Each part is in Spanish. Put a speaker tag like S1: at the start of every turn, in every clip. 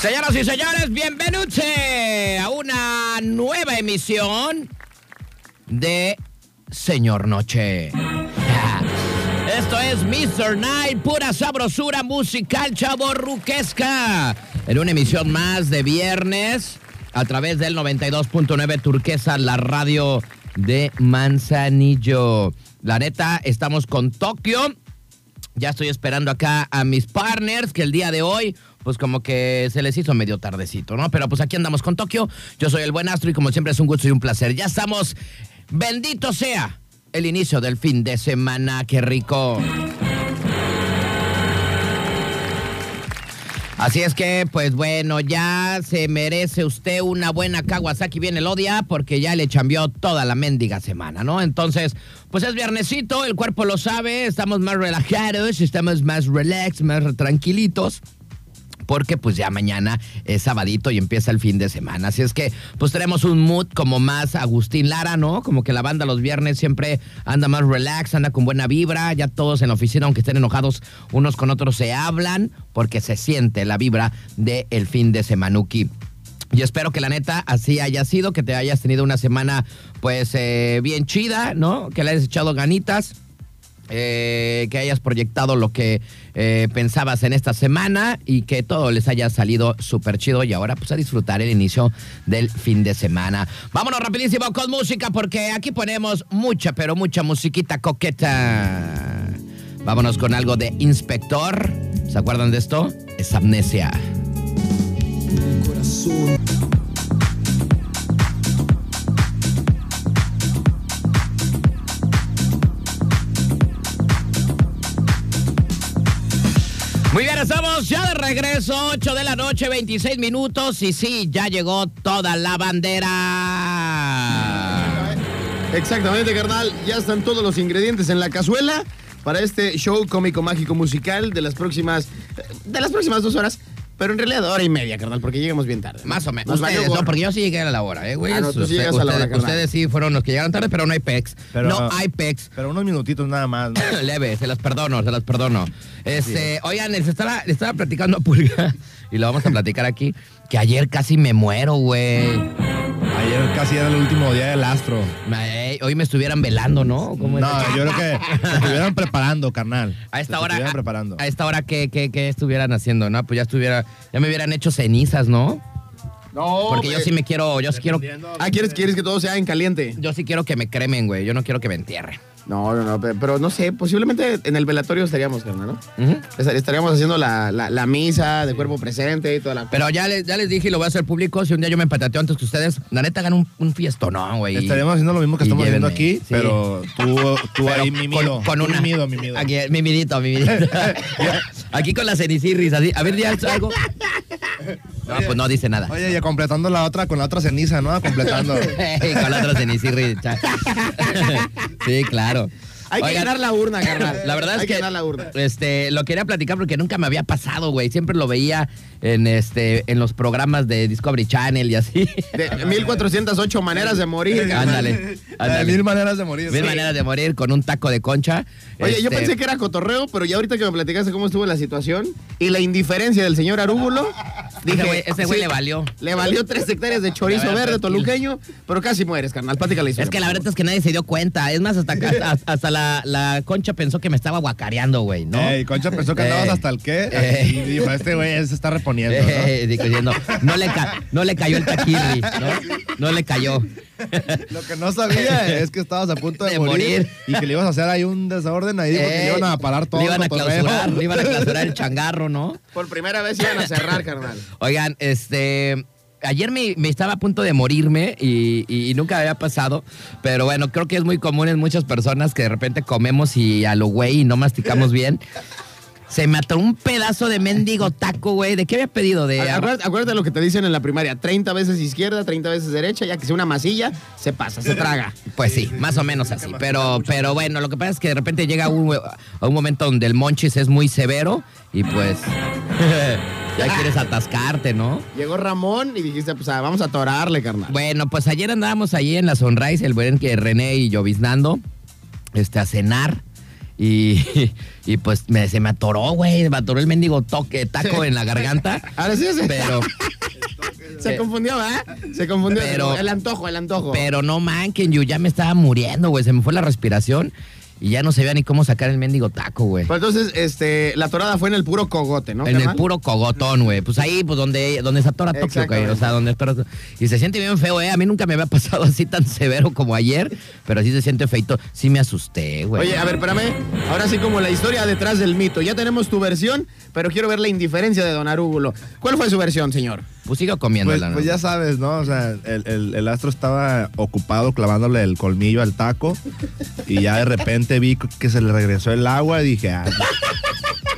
S1: Señoras y señores, bienvenidos a una nueva emisión de Señor Noche. Esto es Mr. Night, pura sabrosura musical chaborruquesca. En una emisión más de viernes a través del 92.9 Turquesa, la radio de Manzanillo. La neta, estamos con Tokio. Ya estoy esperando acá a mis partners que el día de hoy, pues como que se les hizo medio tardecito, ¿no? Pero pues aquí andamos con Tokio. Yo soy el buen astro y como siempre es un gusto y un placer. Ya estamos. Bendito sea el inicio del fin de semana. Qué rico. Así es que, pues bueno, ya se merece usted una buena Kawasaki bien el odia porque ya le chambeó toda la mendiga semana, ¿no? Entonces, pues es viernesito, el cuerpo lo sabe, estamos más relajados, estamos más relax, más tranquilitos porque pues ya mañana es sabadito y empieza el fin de semana. Así es que pues tenemos un mood como más Agustín Lara, ¿no? Como que la banda los viernes siempre anda más relax, anda con buena vibra, ya todos en la oficina, aunque estén enojados unos con otros, se hablan porque se siente la vibra del el fin de semanuki. Y espero que la neta así haya sido, que te hayas tenido una semana pues eh, bien chida, ¿no? Que le hayas echado ganitas. Eh, que hayas proyectado lo que eh, pensabas en esta semana y que todo les haya salido súper chido y ahora pues a disfrutar el inicio del fin de semana. Vámonos rapidísimo con música porque aquí ponemos mucha, pero mucha musiquita coqueta. Vámonos con algo de Inspector. ¿Se acuerdan de esto? Es amnesia.
S2: Corazón.
S1: Muy bien, estamos ya de regreso, 8 de la noche, 26 minutos. Y sí, ya llegó toda la bandera.
S3: Exactamente, carnal. Ya están todos los ingredientes en la cazuela para este show cómico mágico musical de las próximas de las próximas dos horas. Pero en realidad hora y media, carnal, porque llegamos bien tarde. ¿no?
S1: Más o menos.
S3: Nos valió
S1: Ustedes, no,
S3: gorro.
S1: porque yo sí llegué a la hora, ¿eh, güey?
S3: Ah, no, tú sí
S1: Usted-
S3: llegas a la hora,
S1: ustedes-
S3: carnal.
S1: ustedes sí fueron los que llegaron tarde, pero no hay pex.
S4: Pero-
S1: no hay pex.
S4: Pero unos minutitos nada más. ¿no?
S1: Leve, se las perdono, se las perdono. Este, oigan, les estaba, le estaba platicando a Pulga, y lo vamos a platicar aquí, que ayer casi me muero, güey.
S4: Ayer casi era el último día del astro.
S1: Ay, Hoy me estuvieran velando, ¿no? ¿Cómo era?
S4: No, yo creo que se estuvieron preparando, carnal.
S1: A esta
S4: Se
S1: hora.
S4: estuvieron
S1: a-
S4: preparando.
S1: A, esta hora que, estuvieran haciendo, ¿no? Pues ya estuviera, ya me hubieran hecho cenizas, ¿no?
S3: No,
S1: Porque yo
S3: güey.
S1: sí me quiero, yo sí quiero,
S3: Ah, ¿quieres, ¿quieres que todo sea en caliente?
S1: yo sí quiero que me cremen, güey. Yo no quiero que me entierren.
S3: No, no, no. Pero, pero no sé, posiblemente en el velatorio estaríamos, carnal, ¿no?
S1: Ujú.
S3: Estar- Estaríamos haciendo la, la- la misa de cuerpo presente y toda la...
S1: Pero ya les, ya les dije y lo voy a hacer público. Si un día yo me empatateo antes que ustedes, la neta hagan un, un fiestonón, güey.
S4: Estaremos haciendo lo mismo que
S1: y
S4: estamos haciendo
S1: llévenme,
S4: aquí,
S1: sí.
S4: pero tú, tú
S1: Pero
S4: ahí
S1: con-
S4: mimido.
S1: Con,
S4: tú
S1: una.
S4: Mimido, mimido.
S1: Aquí, mimidito, mimidito. Aquí con la cenicirris, así. A ver, ya algo. No, pues no dice nada.
S4: Oye, y completando la otra con la otra ceniza, ¿no? Completando.
S1: Ey, con la otra cenicirri. cha. sí, claro.
S3: Hay que
S1: Oigan,
S3: llenar la urna, carnal.
S1: La verdad es
S3: Hay
S1: que,
S3: que llenar la urna.
S1: este lo quería platicar porque nunca me había pasado, güey. Siempre lo veía en este en los programas de Discovery Channel y así.
S3: De 1408 maneras de morir, carnal.
S1: ándale,
S4: Hay
S1: ándale.
S4: mil maneras de morir.
S1: Mil maneras de morir con un taco de concha.
S3: Oye, yo
S1: Este,
S3: pensé que era cotorreo, pero ya ahorita que me platicaste cómo estuvo la situación y la indiferencia del señor Arúgulo, dije, "Ah,
S1: güey- ese güey
S3: sí,
S1: le valió.
S3: Le valió tres hectáreas de chorizo
S1: La verdad,
S3: verde
S1: tranquilo.
S3: toluqueño, pero casi mueres, carnal. Plática la historia.
S1: Es que la
S3: por
S1: verdad
S3: favor.
S1: es que nadie se dio cuenta. Es más, hasta, hasta, hasta la, la concha pensó que me estaba guacareando, güey, ¿no?
S4: Ey, Concha pensó que
S1: Ey.
S4: andabas hasta el qué.
S1: Ey.
S4: Y dijo, este güey se está reponiendo. ¿no?
S1: Eh, digo, diciendo, no, le ca- no le cayó el taquirri, ¿no? No le cayó.
S4: Lo que no sabía es que estabas a punto de,
S1: De morir.
S4: morir, y que le ibas a hacer ahí un desorden ahí porque le
S1: Eh,
S4: iban a parar todo.
S1: Le iban
S4: el
S1: a
S4: cotorreo.
S1: clausurar, le iban a clausurar el changarro, ¿no?
S3: Por primera vez iban a cerrar, carnal.
S1: Oigan, este. Ayer me, me estaba a punto de morirme y, y- y nunca había pasado, pero bueno, creo que es muy común en muchas personas que de repente comemos y a lo güey y no masticamos bien. Se mató un pedazo de mendigo taco, güey. ¿De qué había pedido? De
S3: Acuérdate, acuérdate lo que te dicen en la primaria: 30 veces izquierda, 30 veces derecha, ya que sea una masilla, se pasa, se traga.
S1: Pues sí, más o menos así. Pero, pero bueno, lo que pasa es que de repente llega un, a un momento donde el monchis es muy severo y pues ya quieres atascarte, ¿no?
S3: Llegó Ramón y dijiste, pues ah, vamos a atorarle, carnal.
S1: Bueno, pues ayer andábamos allí en la Sunrise, el buen que René y lloviznando, este, a cenar. Y, y pues me- se me atoró, güey. Me atoró el mendigo toque, taco
S3: Sí.
S1: en la garganta.
S3: Ahora sí se,
S1: Pero,
S3: se confundió, ¿verdad? Se confundió.
S1: Pero-
S3: el antojo, el antojo.
S1: pero no manquen, yo ya me estaba muriendo, güey. Se me fue la respiración y ya no sabía ni cómo sacar el mendigo taco, güey.
S3: Pues entonces, este, la torada fue en el puro cogote, ¿no?
S1: En el
S3: carnal?
S1: puro cogotón, güey. Pues ahí, pues donde, donde se atora Tokio, güey.
S3: Exactamente.
S1: O sea, donde atora Y se siente bien feo, ¿eh? A mí nunca me había pasado así tan severo como ayer, pero sí se siente feito. Sí me asusté, güey.
S3: Oye, a ver, espérame. Ahora sí, como la historia detrás del mito. Ya tenemos tu versión, pero quiero ver la indiferencia de Don Arúgulo. ¿Cuál fue su versión, señor?
S1: Pues sigo comiendo
S4: Pues,
S1: la
S4: pues ya sabes, ¿no? O sea, el, el- el astro estaba ocupado clavándole el colmillo al taco y ya de repente vi que se le regresó el agua y dije, ah,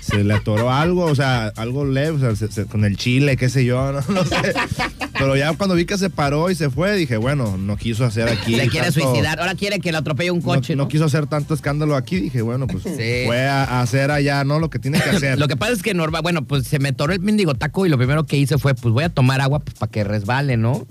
S4: se le atoró algo, o sea, algo leve, o sea, se- se- con el chile, qué sé yo, no, no sé. Pero ya cuando vi que se paró y se fue, dije, bueno, no quiso hacer aquí.
S1: Se quiere
S4: tanto-
S1: suicidar. Ahora quiere que le atropelle un
S4: No,
S1: coche.
S4: no
S1: ¿no?
S4: quiso hacer tanto escándalo aquí, dije, bueno, pues
S1: Sí.
S4: fue a, a hacer allá, ¿no? Lo que tiene que hacer.
S1: Lo que pasa es que normal, bueno, pues se me toró el mendigo taco y lo primero que hice fue, pues voy a tomar agua pues, para que resbale, ¿no?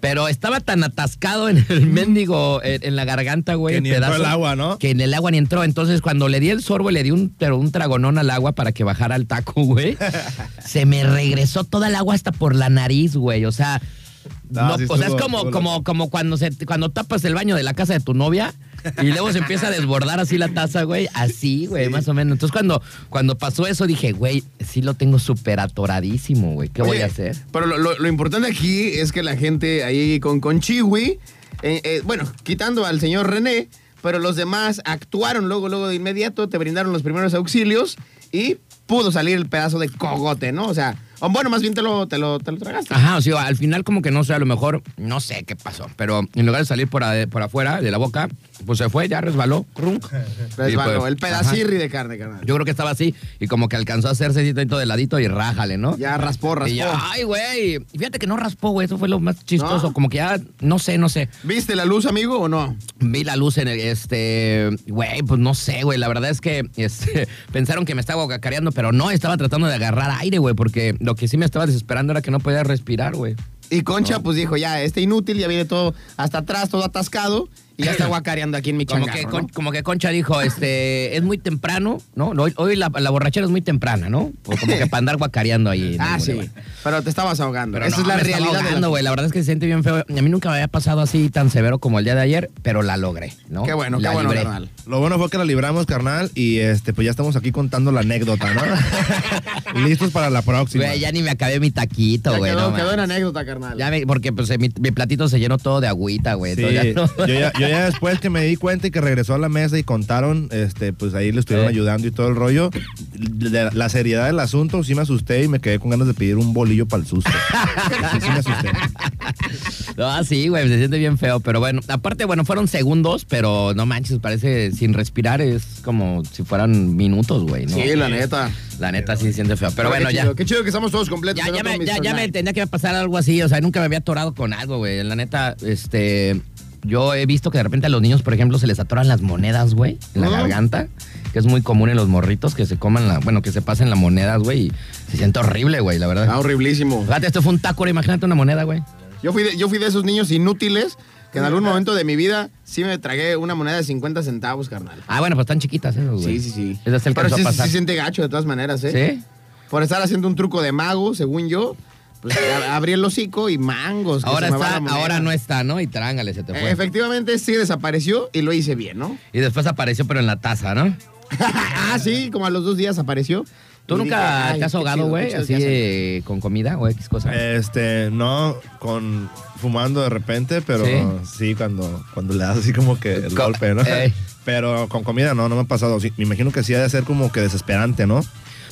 S1: Pero estaba tan atascado en el mendigo, eh, en, en la garganta, güey.
S4: Que ni entró el agua, ¿no?
S1: Que en el agua ni entró. Entonces, cuando le di el sorbo, le di un, pero un tragonón al agua para que bajara el taco, güey. se me regresó toda el agua hasta por la nariz, güey. O sea,
S4: No,
S1: no,
S4: sí
S1: o sea, es
S4: estuvo-
S1: como,
S4: estuvo
S1: como,
S4: loco.
S1: como cuando, se, cuando tapas el baño de la casa de tu novia y luego se empieza a desbordar así la taza, güey. Así, güey, más o menos. Entonces, cuando, cuando pasó eso, dije, güey, sí lo tengo súper atoradísimo, güey. ¿Qué voy
S3: Oye,
S1: a hacer?
S3: Pero lo, lo- lo importante aquí es que la gente ahí con, con Chiwi, eh, eh, bueno, quitando al señor René, pero los demás actuaron luego, luego de inmediato, te brindaron los primeros auxilios y pudo salir el pedazo de cogote, ¿no? O sea, o bueno, más bien te lo, te lo, te lo tragaste.
S1: Ajá, o sea, al final como que no sé, a lo mejor, no sé qué pasó, pero en lugar de salir por, ade- por afuera de la boca, pues se fue, ya resbaló, crunk.
S3: Resbaló,
S1: Y pues,
S3: el pedacirri de carne, carnal.
S1: Yo creo que estaba así y como que alcanzó a hacerse así tantito de ladito y rájale, ¿no?
S3: Ya raspó, raspó.
S1: Y ya, ay, güey. Y Fíjate que no raspó, güey. Eso fue lo más chistoso.
S3: ¿No?
S1: Como que ya, no sé, no sé.
S3: ¿Viste la luz, amigo, o no?
S1: Vi la luz en el, este, güey, pues no sé, güey. La verdad es que este, pensaron que me estaba cacareando, pero no, estaba tratando de agarrar aire, güey, porque lo que sí me estaba desesperando era que no podía respirar, güey.
S3: Y Concha, pues dijo, ya, este inútil, ya viene todo hasta atrás, todo atascado, y ya está guacareando aquí en mi
S1: Como
S3: changarro,
S1: que,
S3: ¿no?
S1: Con- como que Concha dijo, este, es muy temprano, ¿no? Hoy, hoy la, la borrachera es muy temprana, ¿no? O Como que para andar guacareando ahí. en
S3: Ah,
S1: el
S3: sí.
S1: boulevard.
S3: Pero te estabas ahogando.
S1: Pero
S3: Esa
S1: no,
S3: es la
S1: me estaba
S3: realidad. de la-
S1: ahogando, güey. La verdad es que se siente bien feo. A mí nunca me había pasado así tan severo como el día de ayer, pero la logré, ¿no?
S3: Qué bueno,
S1: La
S3: qué bueno,
S1: libré.
S3: carnal.
S4: Lo bueno fue que la libramos, carnal, y este, pues ya estamos aquí contando la anécdota, ¿no? Listos para la próxima.
S1: Güey, ya ni me acabé mi taquito,
S3: Ya
S1: güey.
S3: quedó,
S1: no
S3: quedó en
S1: mames.
S3: anécdota, carnal.
S1: Ya me- porque pues, eh, mi, mi platito se llenó todo de agüita, güey.
S4: Sí,
S1: entonces ya no-
S4: yo, ya, yo ya después que me di cuenta y que regresó a la mesa y contaron, este, pues ahí le estuvieron
S1: Eh.
S4: ayudando y todo el rollo. La, la seriedad del asunto, sí me asusté y me quedé con ganas de pedir un bolillo para el susto. Sí, sí me asusté.
S1: No, ah, sí, güey, se siente bien feo. Pero bueno, aparte, bueno, fueron segundos, pero no manches, parece sin respirar, es como si fueran minutos, güey. ¿no?
S3: Sí, la neta.
S1: La neta sí se siente feo. Pero
S3: qué
S1: bueno, ya.
S3: chido, Qué chido que estamos todos completos.
S1: Ya,
S3: era
S1: ya,
S3: todo
S1: me,
S3: mi
S1: ya, ya me
S3: personal.
S1: entendía que iba a pasar algo así. O sea, nunca me había atorado con algo, güey. La neta, este. Yo he visto que de repente a los niños, por ejemplo, se les atoran las monedas, güey, en la
S3: Ah.
S1: garganta. Que es muy común en los morritos que se coman la. Bueno, que se pasen las monedas, güey. Y se siente horrible, güey, la verdad.
S3: Ah, horriblísimo.
S1: Fíjate, esto fue un taco, ahora imagínate una moneda, güey.
S3: Yo fui, de, yo fui de esos niños inútiles que en algún momento de mi vida sí me tragué una moneda de 50 centavos, carnal.
S1: Ah, bueno, pues están chiquitas esas, güey.
S3: Sí, sí, sí.
S1: Esas se
S3: Pero
S1: alcanzó
S3: sí,
S1: a
S3: sí,
S1: pasar.
S3: sí siente gacho de todas maneras, ¿eh?
S1: ¿Sí?
S3: Por estar haciendo un truco de mago, según yo, pues ya abrí el hocico y mangos. Pues que
S1: Ahora
S3: se me va
S1: está,
S3: la moneda.
S1: ahora no está, ¿no? Y trángale, se te fue.
S3: Efectivamente, sí desapareció y lo hice bien, ¿no?
S1: Y después apareció, pero en la taza, ¿no?
S3: ah, sí, como a los dos días apareció.
S1: ¿Tú
S3: Y dije,
S1: nunca
S3: "Ay,
S1: te has
S3: qué
S1: ahogado,
S3: chido,
S1: güey?
S3: qué chido
S1: Así
S3: que hacen".
S1: eh, con comida o X cosa.
S4: Este, no con fumando de repente, pero
S1: Sí.
S4: sí, cuando, cuando le das así como que el
S1: Co-
S4: golpe, ¿no?
S1: Ey.
S4: Pero con comida no, no me ha pasado. Sí, me imagino que sí ha de ser como que desesperante, ¿no?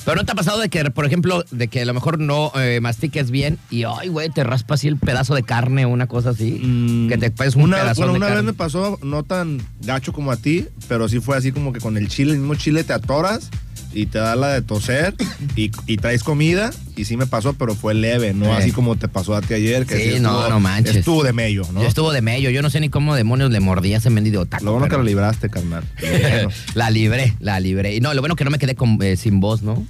S1: Pero no te ha pasado de que, por ejemplo, de que a lo mejor no eh, mastiques bien y, ay, güey, te raspa así el pedazo de carne o una cosa así.
S4: Mm,
S1: que te pones un
S4: una,
S1: pedazo
S4: bueno,
S1: de
S4: una vez
S1: carne.
S4: me pasó, no tan gacho como a ti, pero sí fue así como que con el chile, el mismo chile te atoras y te da la de toser y, y traes comida y sí me pasó, pero fue leve, no
S1: Eh.
S4: así como te pasó a ti ayer. Que
S1: Sí, no, no manches.
S4: Estuvo de mello, ¿no?
S1: Yo estuvo de mello, yo no sé ni cómo demonios le mordí a ese mendigo taco.
S4: Lo bueno que
S1: pero-
S4: lo libraste, carnal. Pero bueno.
S1: la libré, la libré. Y no, lo bueno que no me quedé con- eh, sin voz, ¿no?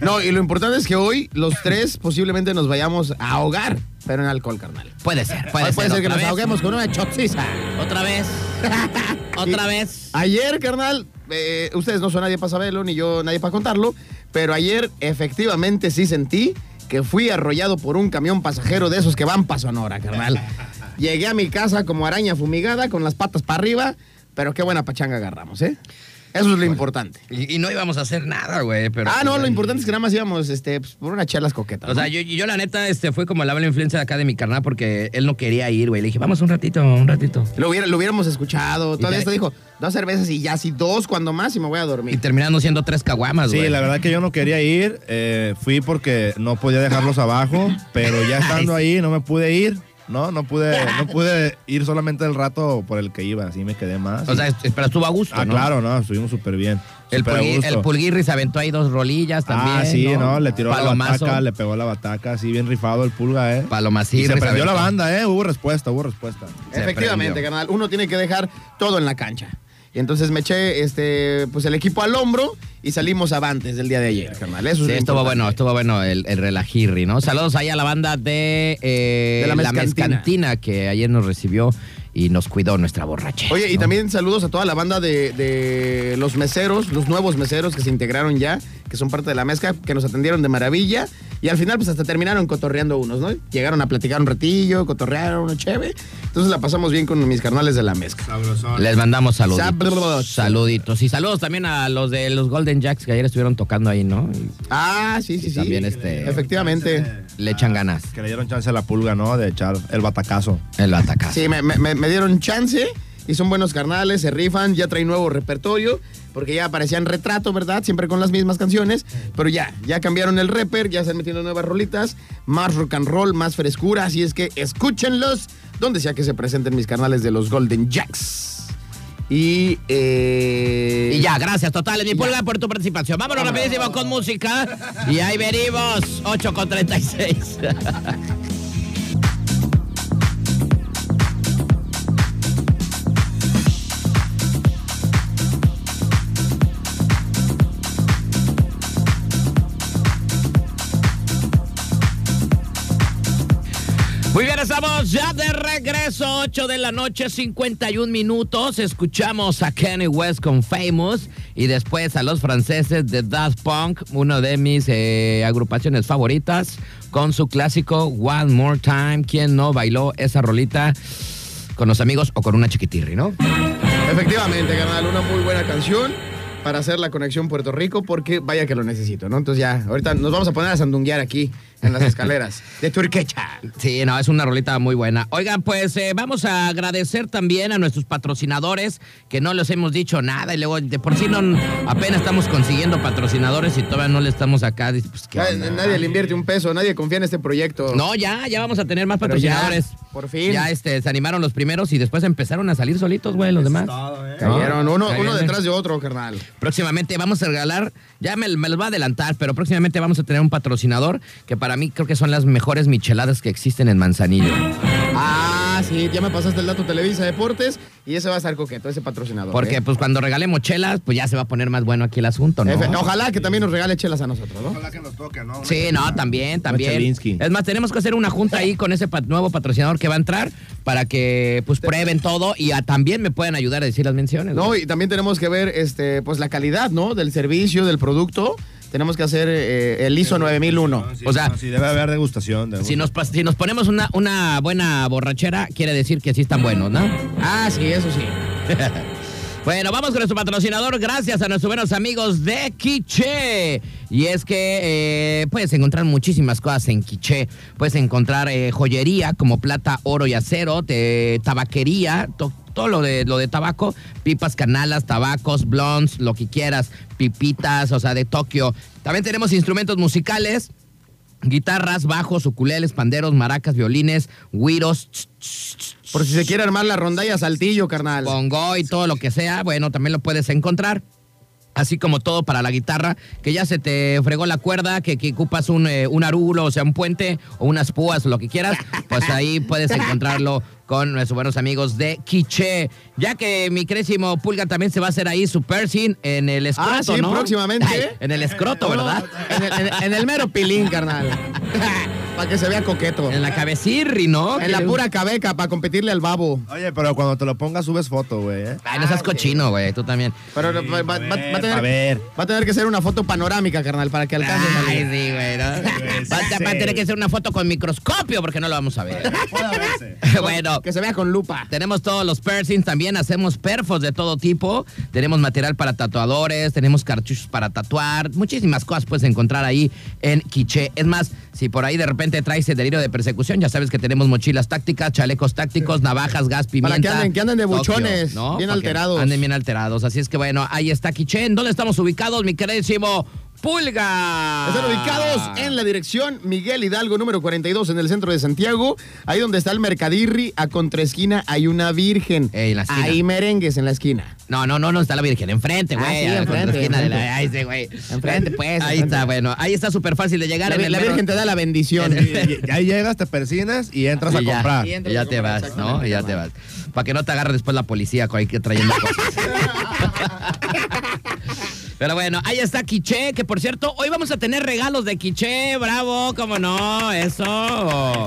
S3: No, y lo importante es que hoy los tres posiblemente nos vayamos a ahogar, pero en alcohol, carnal.
S1: Puede ser, puede
S3: Hoy
S1: ser.
S3: puede ser que
S1: otra
S3: nos
S1: vez.
S3: ahoguemos con una chotziza.
S1: Otra vez. otra vez.
S3: Ayer, carnal, eh, ustedes no son nadie para saberlo, ni yo nadie para contarlo, pero ayer efectivamente sí sentí que fui arrollado por un camión pasajero de esos que van para Sonora, carnal. Llegué a mi casa como araña fumigada, con las patas para arriba, pero qué buena pachanga agarramos, ¿eh? Eso es lo importante.
S1: Y, y no íbamos a hacer nada, güey. Pero, pues,
S3: ah, no, lo importante es que nada más íbamos este, pues, por unas chelas coquetas.
S1: O sea,
S3: ¿no?
S1: yo, yo la neta este, fue como la mala influencia de acá de mi carnal porque él no quería ir, güey. Le dije, vamos un ratito, un ratito.
S3: lo, hubiera- lo hubiéramos escuchado.
S1: ya-
S3: Todavía hasta dijo, dos cervezas y ya, sí, dos cuando más y me voy a
S1: Y
S3: dormir.
S1: terminando siendo tres caguamas,
S4: Sí,
S1: güey.
S4: la verdad que yo no quería ir. eh, fui porque no podía dejarlos abajo, pero ya estando ahí no me pude ir. No, no pude, no pude ir solamente el rato por el que iba, así me quedé más.
S1: O sea, es- pero estuvo a gusto,
S4: ah,
S1: ¿no?
S4: claro, no, estuvimos súper bien.
S1: El,
S4: súper a
S1: pulgui-
S4: gusto.
S1: el Pulguirri se aventó ahí dos rolillas también.
S4: Ah, sí, no, le tiró la
S1: Palomazo.
S4: bataca, le pegó la bataca, así bien rifado el pulga, eh.
S1: Palomacirri
S4: Y se prendió la
S1: aventó.
S4: banda, eh. Hubo respuesta, hubo respuesta.
S1: se
S3: Efectivamente,
S1: prendió.
S3: carnal. Uno tiene que dejar todo en la cancha. Y entonces me eché este, pues, el equipo al hombro y salimos avantes del día de ayer, carnal. Eso es
S1: Sí,
S3: lo
S1: estuvo
S3: importante.
S1: bueno, estuvo bueno el, el relajirri, ¿no? Saludos ahí a la banda de, eh,
S3: De la Mezcantina.
S1: Mezcantina, que ayer nos recibió y nos cuidó nuestra borracha.
S3: Oye, y también saludos a toda la banda de, de los meseros, los nuevos meseros que se integraron ya, que son parte de la mezcla, que nos atendieron de maravilla. Y al final, pues hasta terminaron cotorreando unos, ¿no? Llegaron a platicar un ratillo, cotorrearon, uno chévere. Entonces la pasamos bien con mis carnales de la mezcla.
S1: Les mandamos saluditos.
S3: Saludos.
S1: Saluditos. Y saludos también a los de los Golden Jacks que ayer estuvieron tocando ahí, ¿no? Y
S3: Ah, sí, sí,
S1: Y
S3: sí.
S1: también, este,
S3: Efectivamente.
S1: le echan ganas.
S4: Que le dieron chance a la pulga, ¿no? De echar el batacazo.
S1: El batacazo.
S3: Sí, me, me- me- me dieron chance y son buenos carnales, se rifan, ya traen nuevo repertorio, porque ya aparecían retrato, ¿verdad? Siempre con las mismas canciones, pero ya, ya cambiaron el rapper, ya están metiendo nuevas rolitas, más rock and roll, más frescura, así es que escúchenlos, donde sea que se presenten mis carnales de los Golden Jacks. Y, eh,
S1: Y ya, gracias totales, mi
S3: ya.
S1: pulga por tu participación. Vámonos rapidísimo con música. Y ahí venimos, 8 con 36. Muy bien, estamos ya de regreso, 8 de la noche, 51 minutos. Escuchamos a Kenny West con Famous y después a los franceses de Daft Punk, una de mis eh, agrupaciones favoritas, con su clásico One More Time. ¿Quién no bailó esa rolita con los amigos o con una chiquitirri, no?
S3: Efectivamente, carnal, una muy buena canción para hacer la conexión Puerto Rico porque vaya que lo necesito, ¿no? Entonces ya, ahorita nos vamos a poner a sandunguear aquí en las escaleras de Turquecha.
S1: Sí, no, es una rolita muy buena. Oigan, pues eh, vamos a agradecer también a nuestros patrocinadores que no les hemos dicho nada y luego de por sí no, apenas estamos consiguiendo patrocinadores y todavía no le estamos acá. dice, pues, ¿qué
S3: Nadie,
S1: onda?
S3: nadie le invierte un peso, nadie confía en este proyecto.
S1: No, ya, ya vamos a tener más
S3: Pero
S1: patrocinadores.
S3: ya, por fin.
S1: Ya este, se animaron los primeros y después empezaron a salir solitos, güey, los demás.
S3: eh. Cayeron
S1: No,
S3: uno,
S1: cayeron.
S3: uno detrás de otro, carnal.
S1: Próximamente vamos a regalar, ya me, me los va a adelantar, pero próximamente vamos a tener un patrocinador que para mí creo que son las mejores micheladas que existen en Manzanillo.
S3: Ah, sí, ya me pasaste el dato Televisa Deportes y ese va a estar coqueto, ese patrocinador.
S1: Porque
S3: ¿eh?
S1: pues cuando regalemos chelas, pues ya se va a poner más bueno aquí el asunto, ¿no?
S3: Efe- Ojalá que también nos regale chelas a nosotros, ¿no?
S4: Ojalá que nos toque, ¿no?
S1: Sí, no, también, también.
S4: Chelinsky.
S1: Es más, tenemos que hacer una junta ahí con ese pat- nuevo patrocinador que va a entrar para que pues prueben todo y a- también me puedan ayudar a decir las menciones.
S3: No,
S1: güey.
S3: y también tenemos que ver este, pues la calidad, ¿no? Del servicio, del producto. Tenemos que hacer eh, el ISO 9001.
S4: Sí,
S1: O sea-
S4: no, sí, debe haber degustación. debe-
S1: Si nos, pas- si nos ponemos una, una buena borrachera, quiere decir que sí están buenos, ¿no?
S3: Ah, sí, eso sí.
S1: Bueno, vamos con nuestro patrocinador, gracias a nuestros buenos amigos de Quiche. Y es que eh, puedes encontrar muchísimas cosas en Quiche. Puedes encontrar eh, joyería como plata, oro y acero, te- tabaquería, to- todo lo de, lo de tabaco, pipas, canalas, tabacos, blondes, lo que quieras, pipitas, o sea, de Tokio. También tenemos instrumentos musicales. Guitarras, bajos, ukuleles, panderos, maracas, violines, güiros, tss, tss, tss,
S3: Por si se quiere armar la rondalla saltillo, carnal.
S1: Bongo y todo lo que sea, bueno, también lo puedes encontrar. Así como todo para la guitarra, que ya se te fregó la cuerda, que, que ocupas un, eh, un arúgulo, o sea, un puente o unas púas, lo que quieras, pues ahí puedes encontrarlo con nuestros buenos amigos de Quiche. Ya que mi crésimo Pulga también se va a hacer ahí su piercing en el escroto,
S3: Ah, sí,
S1: ¿no?
S3: próximamente.
S1: en el escroto, ¿verdad?
S3: En el, en el- en el mero pilín, carnal. Para que se vea coqueto.
S1: En la cabecirri, ¿no?
S3: En la
S1: Que-
S3: pura cabeca, para competirle al babo.
S4: Oye, pero cuando te lo pongas subes foto, güey. ¿eh?
S1: Ay, no seas cochino, güey, tú también.
S3: Pero
S4: Sí,
S3: va, va-
S4: a ver,
S3: va- va a tener,
S4: a ver.
S3: va a tener que ser una foto panorámica, carnal, para que alcance.
S1: Ay,
S3: Ay,
S1: sí, güey, ¿no?
S4: güey,
S1: Va,
S4: sí,
S1: va a
S4: sí.
S1: tener que hacer una foto con microscopio porque no lo vamos a ver.
S4: Puede verse.
S1: bueno.
S3: Que se vea con lupa.
S1: Tenemos todos los piercings también, hacemos perfos de todo tipo, tenemos material para tatuadores, tenemos cartuchos para tatuar, muchísimas cosas puedes encontrar ahí en Quiche. Es más, si por ahí de repente traes el delirio de persecución, ya sabes que tenemos mochilas tácticas, chalecos tácticos, navajas, gas, pimienta.
S3: que anden- que anden de
S1: Tokio,
S3: buchones, bien
S1: Para que
S3: alterados.
S1: Anden bien alterados, así es que bueno, ahí está Quiche. ¿En dónde estamos ubicados, mi queridísimo Pulga?
S3: Están
S1: Ah.
S3: ubicados en la dirección Miguel Hidalgo, número 42, en el centro de Santiago. Ahí donde está el Mercadirri, a contraesquina hay una virgen.
S1: Ey, en la esquina.
S3: Ahí merengues, en la esquina.
S1: No, no, no, no está la Virgen. Enfrente,
S3: Ah,
S1: güey.
S3: sí,
S1: a la
S3: enfrente,
S1: contraesquina de la-
S3: enfrente.
S1: Ahí sí, güey.
S3: Enfrente, pues,
S1: Ahí
S3: enfrente.
S1: está, bueno. Ahí está súper fácil de llegar.
S3: La,
S1: en
S3: vi-
S1: el
S3: la
S1: mero-
S3: Virgen te da la bendición.
S4: Y- y ahí llegas, te persinas y entras a
S1: Y ya,
S4: comprar.
S1: y ya te vas, ¿no? Y ya te vas. Para que no te agarre después la policía con ahí que trayendo cosas. Pero bueno, ahí está Quiche, que por cierto, hoy vamos a tener regalos de Quiche, bravo, cómo no, eso.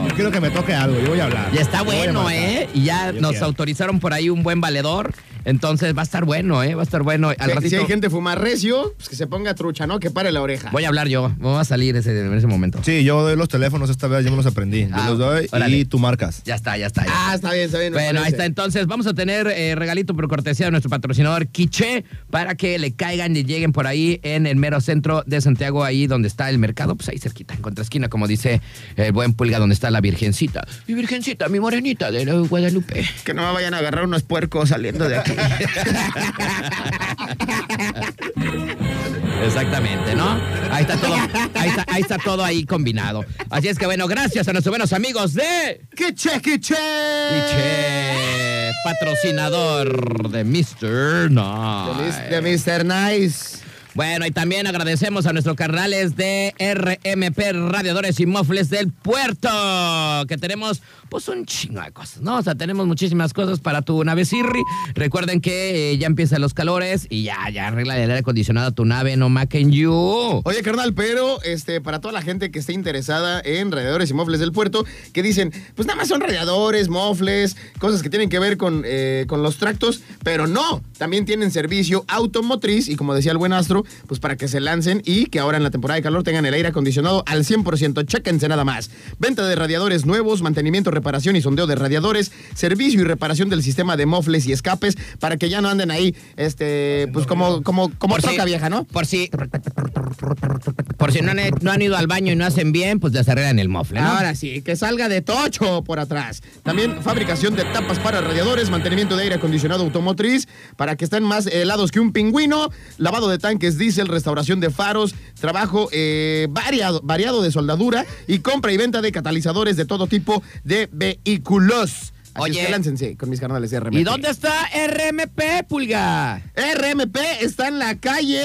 S4: Yo quiero que me toque algo, yo voy a hablar.
S1: Ya está
S4: Yo voy a
S1: bueno,
S4: marcar.
S1: ¿eh? Y ya
S4: Yo
S1: nos
S4: quiero.
S1: autorizaron por ahí un buen valedor, entonces va a estar bueno, ¿eh? Va a estar bueno. Al
S3: Si- si,
S1: ratito-
S3: hay gente fumar recio, pues que se ponga trucha, ¿no? Que pare la oreja.
S1: Ah. Voy a hablar yo, voy a salir ese, en ese momento.
S4: Sí, yo doy los teléfonos esta vez, yo me los aprendí.
S1: Ah,
S4: yo los doy
S1: órale.
S4: y tú marcas.
S1: Ya está, ya está. ya está.
S3: Ah, está bien, está bien. me
S1: Bueno, ahí
S3: parece.
S1: está. Entonces, vamos a tener eh, regalito por cortesía de nuestro patrocinador Quiche para que le caigan y lleguen por ahí en el mero centro de Santiago, ahí donde está el mercado, pues ahí cerquita, en contraesquina, como dice el buen Pulga, donde está la Virgencita. Mi Virgencita, mi morenita de eh, Guadalupe.
S3: Que no me vayan a agarrar unos puercos saliendo de aquí.
S1: Exactamente, ¿no? Ahí está todo, ahí está, ahí está todo ahí combinado. Así es que bueno, gracias a nuestros buenos amigos de
S3: ¡Qué che, qué che!
S1: Quiche, patrocinador de Mr.
S3: De
S1: No.
S3: mis- De Mr. Nice.
S1: Bueno, y también agradecemos a nuestros carnales de RMP Radiadores y Mofles del Puerto, que tenemos pues un chingo de cosas, ¿no? O sea, tenemos muchísimas cosas para tu nave Sirri. Recuerden que eh, ya empiezan los calores y ya, ya arregla el aire acondicionado a tu nave, no maken you.
S3: Oye, carnal, pero este, para toda la gente que esté interesada en radiadores y mofles del puerto, que dicen, pues nada más son radiadores, mofles, cosas que tienen que ver con, eh, con los tractos, pero no, también tienen servicio automotriz y como decía el buen astro, pues para que se lancen y que ahora en la temporada de calor tengan el aire acondicionado al 100%, chéquense nada más. Venta de radiadores nuevos, mantenimiento, reparación y sondeo de radiadores, servicio y reparación del sistema de mofles y escapes para que ya no anden ahí, este, pues como, como, como troca
S1: si-
S3: vieja, ¿no?
S1: Por si, por si no, han, no han ido al baño y no hacen bien, pues les arreglan el mofle, ¿no?
S3: Ahora sí, que salga de tocho por atrás. También fabricación de tapas para radiadores, mantenimiento de aire acondicionado automotriz para que estén más helados que un pingüino, lavado de tanques diésel, restauración de faros, trabajo eh, variado, variado de soldadura y compra y venta de catalizadores de todo tipo de vehículos. Así
S1: Oye.
S3: es que láncense con mis carnales de RMP.
S1: ¿Y dónde está RMP, Pulga?
S3: RMP está en la calle.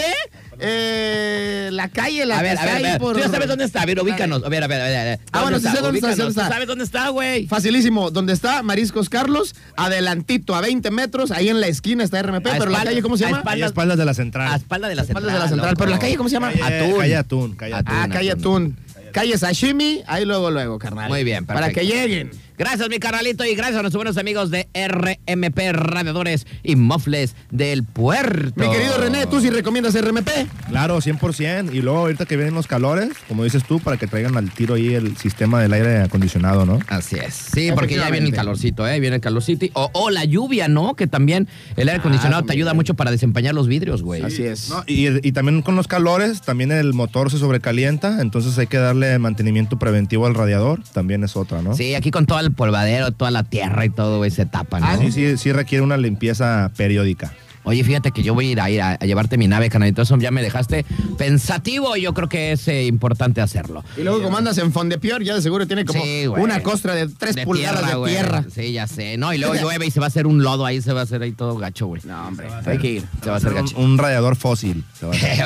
S3: eh, la calle, la
S1: a ver,
S3: que
S1: a ver,
S3: está
S1: a
S3: ahí
S1: ver.
S3: por-
S1: Tú ya sabes dónde está. A ver, ubícanos. A ver, a ver, a ver. a ver.
S3: Ah, bueno, sí sé dónde está,
S1: Ubícanos.
S3: sé dónde está.
S1: Tú sabes dónde está, güey.
S3: Facilísimo, donde está Mariscos Carlos, adelantito a 20 metros, ahí en la esquina está RMP,
S1: A
S3: pero la
S1: espalda-
S3: calle, ¿cómo se
S1: a
S3: llama?
S1: espalda-
S4: Ahí a espaldas de la
S1: A
S4: central.
S1: espalda de la central.
S3: Espaldas de la central, pero la calle, ¿cómo se llama?
S4: Calle-
S1: Atún.
S4: Calle Atún. Calle
S1: Atún.
S4: Atún.
S3: Ah,
S1: Atún,
S3: calle Atún. Calle Sashimi, ahí luego, luego, carnal.
S1: Muy bien,
S3: Para
S1: perfecto.
S3: que lleguen.
S1: Gracias, mi carnalito, y gracias a nuestros buenos amigos de RMP Radiadores y Mofles del Puerto.
S3: Mi querido René, ¿tú sí recomiendas RMP?
S4: Claro, 100%. Y luego ahorita que vienen los calores, como dices tú, para que traigan al tiro ahí el sistema del aire acondicionado, ¿no?
S1: Así es. Sí, porque ya viene el
S3: Efectivamente.
S1: calorcito, ¿eh? Viene el calorcito. y- O, o la lluvia, ¿no? Que también el aire acondicionado te
S3: también.
S1: ayuda mucho para desempañar los vidrios, güey.
S3: Ah, Así es.
S4: No, y, y también con los calores, también el motor se sobrecalienta, entonces hay que darle mantenimiento preventivo al radiador, también es otra, ¿no?
S1: Sí, aquí con todo el polvadero, toda la tierra y todo, güey, se tapa, ¿no?
S4: Ah, sí, sí, sí requiere una limpieza periódica.
S1: Oye, fíjate que yo voy a ir a, ir a- a llevarte mi nave, canalito. Eso ya me dejaste pensativo y yo creo que es eh, importante hacerlo.
S3: Y luego, como andas en Fondepior, ya de seguro tiene como
S1: Sí, güey.
S3: una costra de tres
S1: De
S3: pulgadas de
S1: güey.
S3: tierra.
S1: Sí, ya sé. No, y luego llueve y se va a hacer un lodo ahí, se va a hacer ahí todo gacho, güey.
S3: No, hombre, hay que ir.
S1: Se va a hacer
S4: Un,
S1: gacho.
S4: un radiador fósil. se va a hacer.